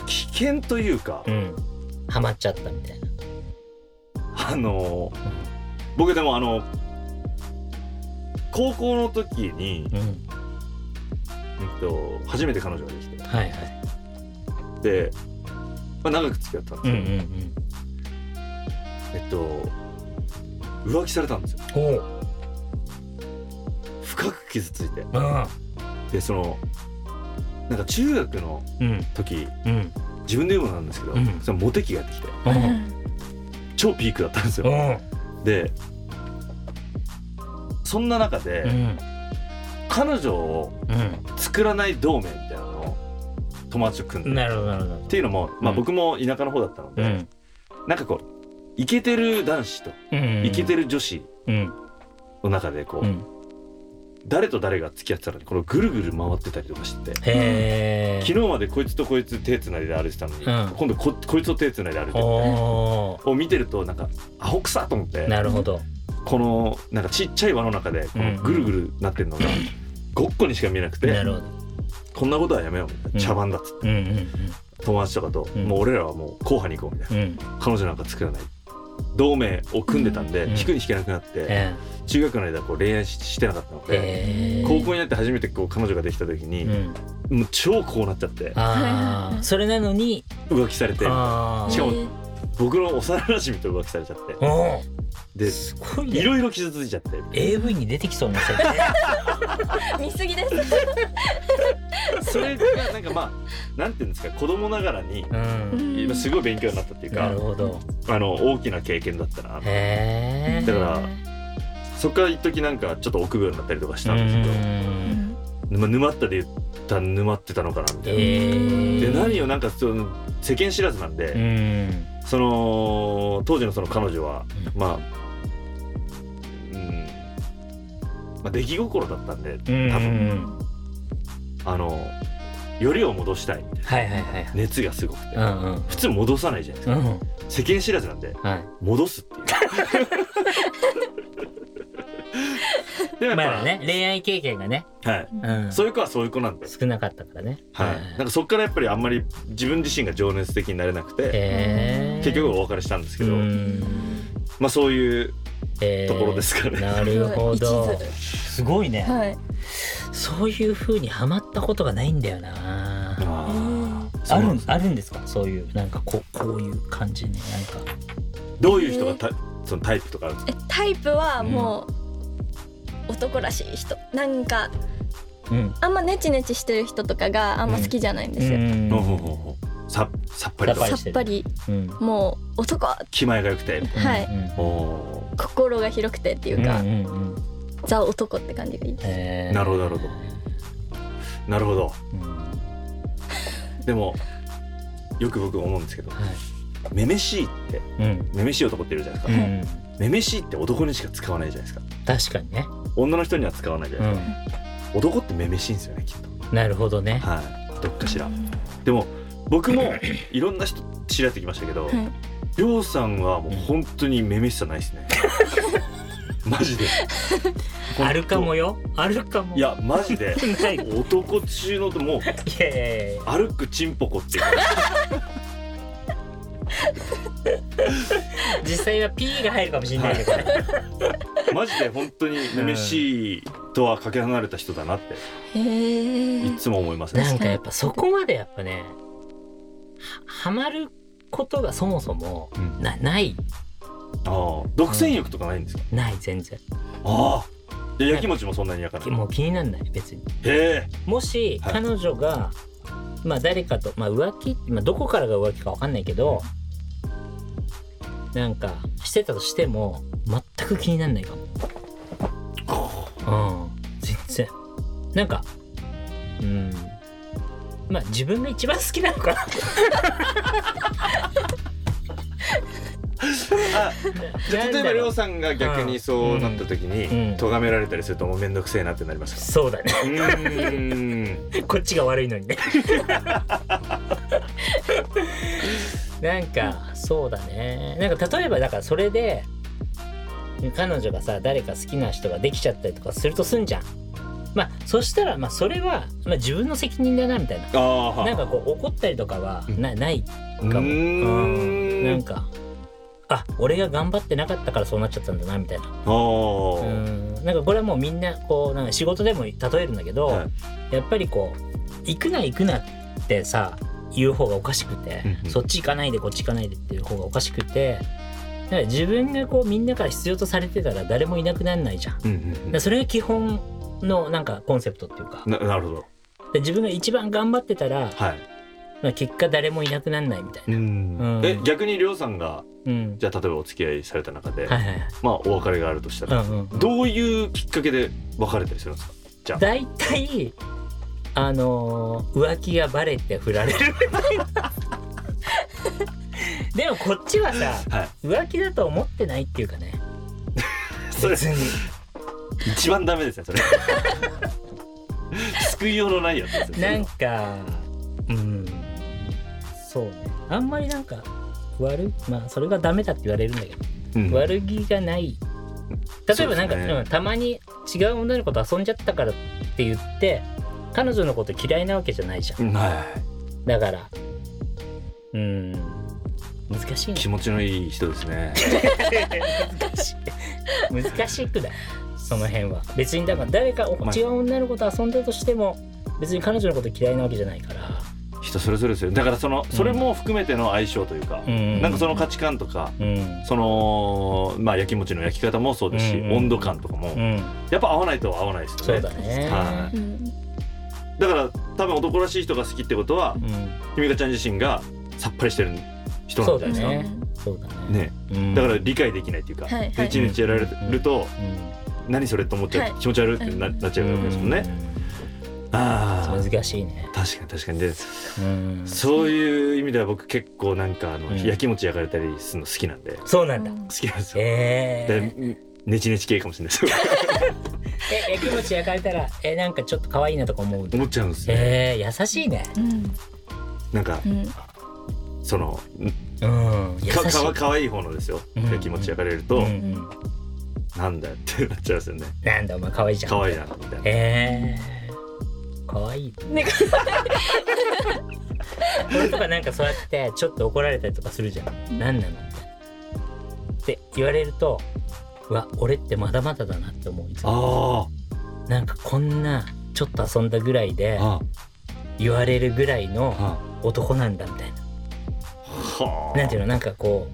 [SPEAKER 4] 危険というか
[SPEAKER 2] うんハマっちゃったみたいな
[SPEAKER 4] あの僕でもあの高校の時に、
[SPEAKER 2] うん
[SPEAKER 4] うんと、初めて彼女ができて
[SPEAKER 2] はいはい
[SPEAKER 4] で、まあ、長く付き合ったん
[SPEAKER 2] う
[SPEAKER 4] で
[SPEAKER 2] ん
[SPEAKER 4] す
[SPEAKER 2] う
[SPEAKER 4] けど、
[SPEAKER 2] ん
[SPEAKER 4] えっと浮気されたんですよ
[SPEAKER 2] うんおう
[SPEAKER 4] 深く傷ついて
[SPEAKER 2] うん
[SPEAKER 4] でそのなんか中学の
[SPEAKER 2] うん
[SPEAKER 4] 時
[SPEAKER 2] うん
[SPEAKER 4] 自分で言うのなんですけど、
[SPEAKER 2] うん
[SPEAKER 4] そのモテ期がやってきて
[SPEAKER 2] う
[SPEAKER 1] うんん
[SPEAKER 4] 超ピークだったんです
[SPEAKER 2] う
[SPEAKER 4] よ、
[SPEAKER 2] ん
[SPEAKER 4] でそんな中で、
[SPEAKER 2] うん
[SPEAKER 4] 彼女を作らない同盟みたいなのを友達と組ん
[SPEAKER 2] う
[SPEAKER 4] で、っ
[SPEAKER 2] んなるほどなるほど
[SPEAKER 4] ていうのも、まあ、
[SPEAKER 2] うん
[SPEAKER 4] 僕も田舎の方だったので、
[SPEAKER 2] うん
[SPEAKER 4] なんかこうイケてる男子と
[SPEAKER 2] うん
[SPEAKER 4] イケてる女子
[SPEAKER 2] うん
[SPEAKER 4] の中でこう、
[SPEAKER 2] うん
[SPEAKER 4] 誰と誰が付き合ってたのにこのぐるぐる回ってたりとかしてて
[SPEAKER 2] へえ
[SPEAKER 4] 昨日までこいつとこいつ手つないで歩いてたのに、
[SPEAKER 2] うん
[SPEAKER 4] 今度ここいつと手つないで歩いてる
[SPEAKER 2] おー
[SPEAKER 4] を見てるとなんかアホくさと思って
[SPEAKER 2] なるほど
[SPEAKER 4] このなんかちっちゃい輪の中でこのぐるぐるなってるのがごっこにしか見えなくて、
[SPEAKER 2] なるほど
[SPEAKER 4] こんなことはやめようみたい
[SPEAKER 2] うん
[SPEAKER 4] な茶番だっつって、
[SPEAKER 2] うんうん
[SPEAKER 4] 友達とかと、
[SPEAKER 2] うん
[SPEAKER 4] もう俺らはもう後派に行こうみたい
[SPEAKER 2] うんうん
[SPEAKER 4] な彼女なんか作らない同盟を組んでたんで、
[SPEAKER 2] うん
[SPEAKER 4] 引くに引けなくなって、
[SPEAKER 2] え
[SPEAKER 4] 中学の間こう恋愛ししてなかったの
[SPEAKER 2] え
[SPEAKER 4] で、
[SPEAKER 2] ええ
[SPEAKER 4] 高校になって初めてこう彼女ができた時に、
[SPEAKER 2] うん
[SPEAKER 4] もう超こうなっちゃって
[SPEAKER 2] ああそれなのに
[SPEAKER 4] 浮気されて
[SPEAKER 2] ああ
[SPEAKER 4] しかも
[SPEAKER 1] えー
[SPEAKER 4] 僕の幼馴染と浮気されちゃって
[SPEAKER 2] お
[SPEAKER 4] で
[SPEAKER 2] ーすごい
[SPEAKER 4] い
[SPEAKER 2] ね
[SPEAKER 4] ろいろ傷ついちゃって
[SPEAKER 2] AV に出てきそうな世界
[SPEAKER 1] 見すぎです。
[SPEAKER 4] それがなんかまあなんていうんですか子供ながらに
[SPEAKER 2] うん
[SPEAKER 4] 今すごい勉強になったっていう
[SPEAKER 2] な
[SPEAKER 4] か
[SPEAKER 2] るほど
[SPEAKER 4] あの大きな経験だったな
[SPEAKER 2] へえ
[SPEAKER 4] だからそっから一時なんかちょっと臆病になったりとかしたんですけど、
[SPEAKER 1] うん
[SPEAKER 4] まあ沼ったで言ったら沼ってたのかなみたいな。
[SPEAKER 2] え
[SPEAKER 4] で何をなんかその世間知らずなんで、
[SPEAKER 2] うん
[SPEAKER 4] その当時のその彼女は、
[SPEAKER 2] うん
[SPEAKER 4] まあ、うんまあ、出来心だったんで
[SPEAKER 2] うん
[SPEAKER 4] 多分
[SPEAKER 2] うん
[SPEAKER 4] あのよりを戻したいみたいな
[SPEAKER 2] はいはいはい
[SPEAKER 4] 熱がすごくて、
[SPEAKER 2] うんうん
[SPEAKER 4] 普通戻さないじゃないですか、
[SPEAKER 2] うん
[SPEAKER 4] 世間知らずなんで
[SPEAKER 2] はい
[SPEAKER 4] 戻す っていうで もやっぱ、
[SPEAKER 2] まだね恋愛経験がね
[SPEAKER 4] はい、
[SPEAKER 2] うん
[SPEAKER 4] そういう子はそういう子なんで、
[SPEAKER 2] 少なかったからね
[SPEAKER 4] はいなんかそっからやっぱりあんまり自分自身が情熱的になれなくて、
[SPEAKER 2] へえ
[SPEAKER 4] 結局お別れしたんですけど、
[SPEAKER 2] うん
[SPEAKER 4] まあそういう
[SPEAKER 2] へー
[SPEAKER 4] ところですかね、
[SPEAKER 2] なるほ
[SPEAKER 1] 一
[SPEAKER 2] ど
[SPEAKER 1] 途
[SPEAKER 2] すごいね
[SPEAKER 1] はい。
[SPEAKER 2] そういう風にハマったことがないんだよな
[SPEAKER 4] あー
[SPEAKER 2] あ
[SPEAKER 4] そうな
[SPEAKER 2] る
[SPEAKER 4] ん
[SPEAKER 2] ん
[SPEAKER 4] です
[SPEAKER 2] あるんですかそういうなんかこうこういう感じねなんか
[SPEAKER 4] どういう人がタそのタイプとかあるんです
[SPEAKER 1] えタイプはもう男らしい人。なんか
[SPEAKER 2] うん
[SPEAKER 1] あんまネチネチしてる人とかがあんま好きじゃないんですよ。
[SPEAKER 4] か、
[SPEAKER 2] う
[SPEAKER 4] ほうんほうほうささっぱりと
[SPEAKER 2] さっぱ
[SPEAKER 1] さ
[SPEAKER 2] り
[SPEAKER 1] っぱり
[SPEAKER 2] うん
[SPEAKER 1] もう男は
[SPEAKER 4] 気前が良くて
[SPEAKER 1] はい
[SPEAKER 2] うん
[SPEAKER 4] おお
[SPEAKER 1] 心が広くてっていうか、
[SPEAKER 2] うんうんうん
[SPEAKER 1] ザ男って感じがいいです。
[SPEAKER 2] えー
[SPEAKER 4] なるほどなるほどーなるほど
[SPEAKER 2] うんは
[SPEAKER 4] でもよく僕思うんですけど「めめしい」って
[SPEAKER 2] いうん
[SPEAKER 4] 「めめしい男」っているじゃないで
[SPEAKER 2] う
[SPEAKER 4] すか「
[SPEAKER 2] ん
[SPEAKER 4] めめしい」って男にしか使わないじゃないですか
[SPEAKER 2] 確かにね
[SPEAKER 4] 女の人には使わないじゃ
[SPEAKER 2] う
[SPEAKER 4] ないで
[SPEAKER 2] ん
[SPEAKER 4] すか、男ってめめしいんですよねきっと
[SPEAKER 2] なるほどね
[SPEAKER 4] はいどっかしらでも僕 もいろんな人知り合ってきましたけど
[SPEAKER 1] はい
[SPEAKER 4] りょうさんはもう本当にめめしさない ですねマジで
[SPEAKER 2] あるかもよあるかも
[SPEAKER 4] いやマジで
[SPEAKER 2] ないい
[SPEAKER 4] 男中のもう
[SPEAKER 2] やいやいや
[SPEAKER 4] 歩くチンポコっていうか
[SPEAKER 2] 実際は P が入るかもしれないけどね
[SPEAKER 4] マジで本当にめめしいとはかけ離れた人だなって
[SPEAKER 1] へえ
[SPEAKER 4] いつも思います
[SPEAKER 2] な
[SPEAKER 4] ね
[SPEAKER 2] んかやっぱそこまでやっぱねはハマることがそもそも
[SPEAKER 4] うん
[SPEAKER 2] なない
[SPEAKER 4] ああ独占欲とかないんですか、
[SPEAKER 2] ない全然
[SPEAKER 4] ああで焼きもちもそんなに焼かないへ
[SPEAKER 2] もう気にならない別に
[SPEAKER 4] え
[SPEAKER 2] もし
[SPEAKER 4] はい
[SPEAKER 2] 彼女が、まあ誰かと、まあ、浮気、まあ、どこからが浮気かわかんないけどなんかしてたとしても全く気にならないかもうん全然なんかうんまあ自分が一番好きなのかな
[SPEAKER 4] あじゃあ
[SPEAKER 2] なん
[SPEAKER 4] 例
[SPEAKER 2] だ
[SPEAKER 4] えば
[SPEAKER 2] ろう
[SPEAKER 4] りょうさんが逆にそうなった時
[SPEAKER 2] うんう
[SPEAKER 4] に
[SPEAKER 2] ん
[SPEAKER 4] 咎められたりするともう面倒くせえなってなりますか
[SPEAKER 2] そうだね
[SPEAKER 4] うーん
[SPEAKER 2] こっちが悪いのにねなんかそうだねなんか例えばだからそれで彼女がさ誰か好きな人ができちゃったりとかするとすんじゃんまあそしたらまあそれは、まあ、自分の責任だなみたいな
[SPEAKER 4] ああは
[SPEAKER 2] なんかこう怒ったりとかはなないか
[SPEAKER 4] う
[SPEAKER 2] も、
[SPEAKER 4] ー
[SPEAKER 2] うん
[SPEAKER 4] ん
[SPEAKER 2] なんかあ俺が頑張ってなかったからそうなっちゃったんだなみたいな
[SPEAKER 4] ああ、
[SPEAKER 2] うんなんかこれはもうみんなこうなんか仕事でも例えるんだけど、
[SPEAKER 4] は
[SPEAKER 2] やっぱりこう行くな行くなってさ言う方がおかしくて、
[SPEAKER 4] うんうん
[SPEAKER 2] そっち行かないでこっち行かないでっていう方がおかしくてだから自分がこうみんなから必要とされてたら誰もいなくなんないじゃん。だ
[SPEAKER 4] う
[SPEAKER 2] か
[SPEAKER 4] んうん
[SPEAKER 2] らそれが基本のなんかコンセプトっていうか
[SPEAKER 4] うん、ななるほど
[SPEAKER 2] で自分が一番頑張ってたら、
[SPEAKER 4] はい
[SPEAKER 2] まあ、結果誰もいなくなんないみたいな。
[SPEAKER 4] うん
[SPEAKER 2] うん
[SPEAKER 4] え逆にりょうさんが
[SPEAKER 2] うん、
[SPEAKER 4] じゃあ例えばお付き合いされた中で、
[SPEAKER 2] はいはいはい。
[SPEAKER 4] まあお別れがあるとした
[SPEAKER 2] う
[SPEAKER 4] ら、
[SPEAKER 2] んうんうん
[SPEAKER 4] どういうきっかけで別れたりするんですか
[SPEAKER 2] 大体あのー浮気がバレて振られる みたいなでもこっちはさ
[SPEAKER 4] はい
[SPEAKER 2] 浮気だと思ってないっていうかね
[SPEAKER 4] それ
[SPEAKER 2] 別に
[SPEAKER 4] 一番ダメですねそれ救いようのないやつですよそれは
[SPEAKER 2] なんかうんそうねあんまりなんか悪いまあそれがダメだって言われるんだけど、
[SPEAKER 4] うん
[SPEAKER 2] 悪気がない例えばなんか、
[SPEAKER 4] そうですね
[SPEAKER 2] うんたまに違う女の子と遊んじゃったからって言って彼女のこと嫌いなわけじゃないじゃん
[SPEAKER 4] うんはい
[SPEAKER 2] だから、うーん、難しいね
[SPEAKER 4] 気持ちのいい人ですね
[SPEAKER 2] 難しい。 難しくない。その辺は。別に、だから誰か、
[SPEAKER 4] まあ
[SPEAKER 2] 違う女の子と遊んだとしても、別に彼女のこと嫌いなわけじゃないから。
[SPEAKER 4] 人それぞれですよだからそのそれも含めての相性というか、
[SPEAKER 2] うん
[SPEAKER 4] なんかその価値観とか
[SPEAKER 2] うん。
[SPEAKER 4] そのまあ焼きもちの焼き方もそうですし、
[SPEAKER 2] うんうん
[SPEAKER 4] 温度感とかも、
[SPEAKER 2] うん。
[SPEAKER 4] やっぱ合わないと合わないです
[SPEAKER 2] そ
[SPEAKER 4] よ
[SPEAKER 2] う
[SPEAKER 4] ね
[SPEAKER 2] だね。
[SPEAKER 4] は
[SPEAKER 1] うん
[SPEAKER 4] だから多分男らしい人が好きってことは
[SPEAKER 2] うん。
[SPEAKER 4] ひみかちゃん自身がさっぱりしてる人なんじゃないですか
[SPEAKER 2] ねそうだね。
[SPEAKER 4] ね
[SPEAKER 2] うん
[SPEAKER 4] だから、理解できないっていうか、
[SPEAKER 1] はいはい
[SPEAKER 4] 一日やられると、
[SPEAKER 2] うん。
[SPEAKER 4] 何それと思っちゃう、
[SPEAKER 1] はい
[SPEAKER 4] 気持ち悪いってななっちゃうわけですもんね、
[SPEAKER 2] う
[SPEAKER 4] あ
[SPEAKER 2] ん。
[SPEAKER 4] あ
[SPEAKER 2] 難しいね。
[SPEAKER 4] 確かに確かにで
[SPEAKER 2] うん。
[SPEAKER 4] そういう意味では僕結構なんかあの、
[SPEAKER 2] うん
[SPEAKER 4] 焼きもち焼かれたりするの好きなんで好
[SPEAKER 2] そうなんだ。
[SPEAKER 4] きなんですよ、
[SPEAKER 2] えー、
[SPEAKER 4] でネチネチ系かもしれないです
[SPEAKER 2] え、焼きもち焼かれたら、え、なんかちょっと可愛いなとか思う。
[SPEAKER 4] 思っちゃうんですね、
[SPEAKER 2] えー、優しいね。
[SPEAKER 1] うん
[SPEAKER 4] なんか
[SPEAKER 1] うん
[SPEAKER 4] その
[SPEAKER 2] うん。優しい。
[SPEAKER 4] かかわかわいい方のですよ、
[SPEAKER 2] うん
[SPEAKER 4] 焼きもち焼かれると、
[SPEAKER 2] うんうん
[SPEAKER 4] なんだよってなっちゃうんですよね
[SPEAKER 2] なんだお前可愛いじゃん。
[SPEAKER 4] 可愛いなみたいな
[SPEAKER 2] えー、可愛い。
[SPEAKER 1] ね
[SPEAKER 2] 俺とか なんかそうやってちょっと怒られたりとかするじゃん。なんなのみたいな。って言われると、うわ俺ってまだまだだなって思ういつも。
[SPEAKER 4] あ
[SPEAKER 2] なんかこんなちょっと遊んだぐらいで
[SPEAKER 4] ーあ
[SPEAKER 2] 言われるぐらい
[SPEAKER 4] あ
[SPEAKER 2] の
[SPEAKER 4] あ
[SPEAKER 2] 男なんだみたいな。
[SPEAKER 4] はあ
[SPEAKER 2] なんていうのなんかこ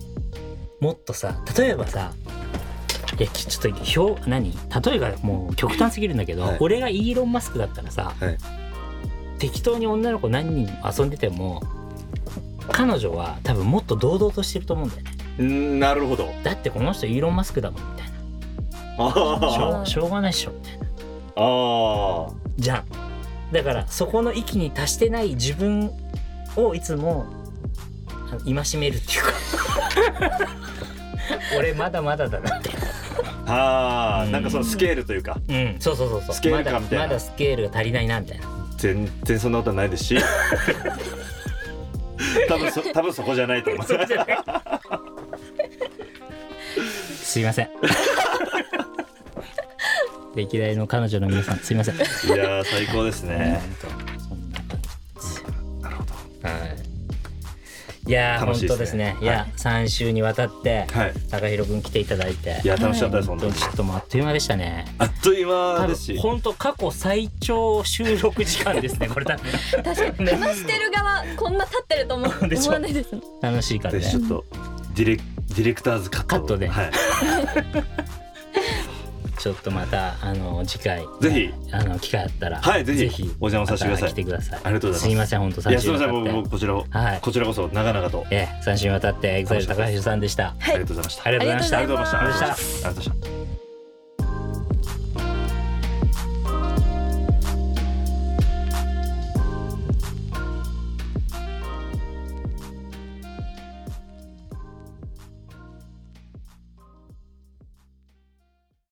[SPEAKER 2] うもっとさ例えばさいやちちょっと表何例えがもう極端すぎるんだけど、
[SPEAKER 4] はい
[SPEAKER 2] 俺がイーロン・マスクだったらさ、
[SPEAKER 4] はい
[SPEAKER 2] 適当に女の子何人遊んでても彼女は多分もっと堂々としてると思うんだよね
[SPEAKER 4] うんなるほど
[SPEAKER 2] だってこの人イーロン・マスクだもんみたいなし
[SPEAKER 4] あ
[SPEAKER 2] ょ
[SPEAKER 1] あー
[SPEAKER 2] うしょうがないっしょみたいな
[SPEAKER 4] ああ
[SPEAKER 2] じゃんだからそこの域に達してない自分をいつもあの戒めるっていうか 俺まだまだだなって
[SPEAKER 4] あああ
[SPEAKER 2] うん
[SPEAKER 4] なんかそのスケールというか
[SPEAKER 2] うん、そうそうそうそう
[SPEAKER 4] スケール感みたいな
[SPEAKER 2] まだまだスケールが足りないなみた いな
[SPEAKER 4] 全然そんなことはないですし 多分そ多分そこじゃないと思います
[SPEAKER 2] すいません歴代の彼女の皆さんすいません本
[SPEAKER 4] いやー最高ですね
[SPEAKER 2] 当そんな感じですよ
[SPEAKER 4] なるほど
[SPEAKER 2] はいいやー
[SPEAKER 4] 楽
[SPEAKER 2] 本
[SPEAKER 4] しいですね
[SPEAKER 2] 当ですねいや3週にわたって
[SPEAKER 4] はい
[SPEAKER 2] 高弘くん来ていただいて
[SPEAKER 4] いや楽しかったです、
[SPEAKER 2] 本当
[SPEAKER 4] 本
[SPEAKER 2] に
[SPEAKER 4] 当に
[SPEAKER 2] ちょっともうあっという間でしたね
[SPEAKER 4] あっという間
[SPEAKER 2] 多
[SPEAKER 4] ですし
[SPEAKER 2] 分本当過去最長収録時間ですねこれ多分
[SPEAKER 1] 確かに話してる側こんな立ってると思う
[SPEAKER 2] でしょ
[SPEAKER 1] 思わないですもん
[SPEAKER 2] 楽しいから
[SPEAKER 4] で
[SPEAKER 2] ね
[SPEAKER 4] ちょっとディレディレクターズカット
[SPEAKER 2] カットで
[SPEAKER 4] はい、
[SPEAKER 2] ちょっとまたあの次回
[SPEAKER 4] ぜひ
[SPEAKER 2] あの機会あったら
[SPEAKER 4] はいぜひお邪魔させてください
[SPEAKER 2] また来てください
[SPEAKER 4] ありがとうございます
[SPEAKER 2] すいません本当
[SPEAKER 4] い
[SPEAKER 2] 三
[SPEAKER 4] やす
[SPEAKER 2] 週
[SPEAKER 4] み
[SPEAKER 2] に
[SPEAKER 4] ま
[SPEAKER 2] わた
[SPEAKER 4] せ
[SPEAKER 2] っ
[SPEAKER 4] ん僕
[SPEAKER 2] て
[SPEAKER 4] 僕こちらを
[SPEAKER 2] はい
[SPEAKER 4] こちらこそ長々と
[SPEAKER 2] ええ三週にわたってエグザイル高橋さんでした
[SPEAKER 4] ありがとうございました
[SPEAKER 2] ありがとうございました
[SPEAKER 1] ありがとうございまし
[SPEAKER 4] あ
[SPEAKER 1] た
[SPEAKER 4] りがとうございましたありがとうございました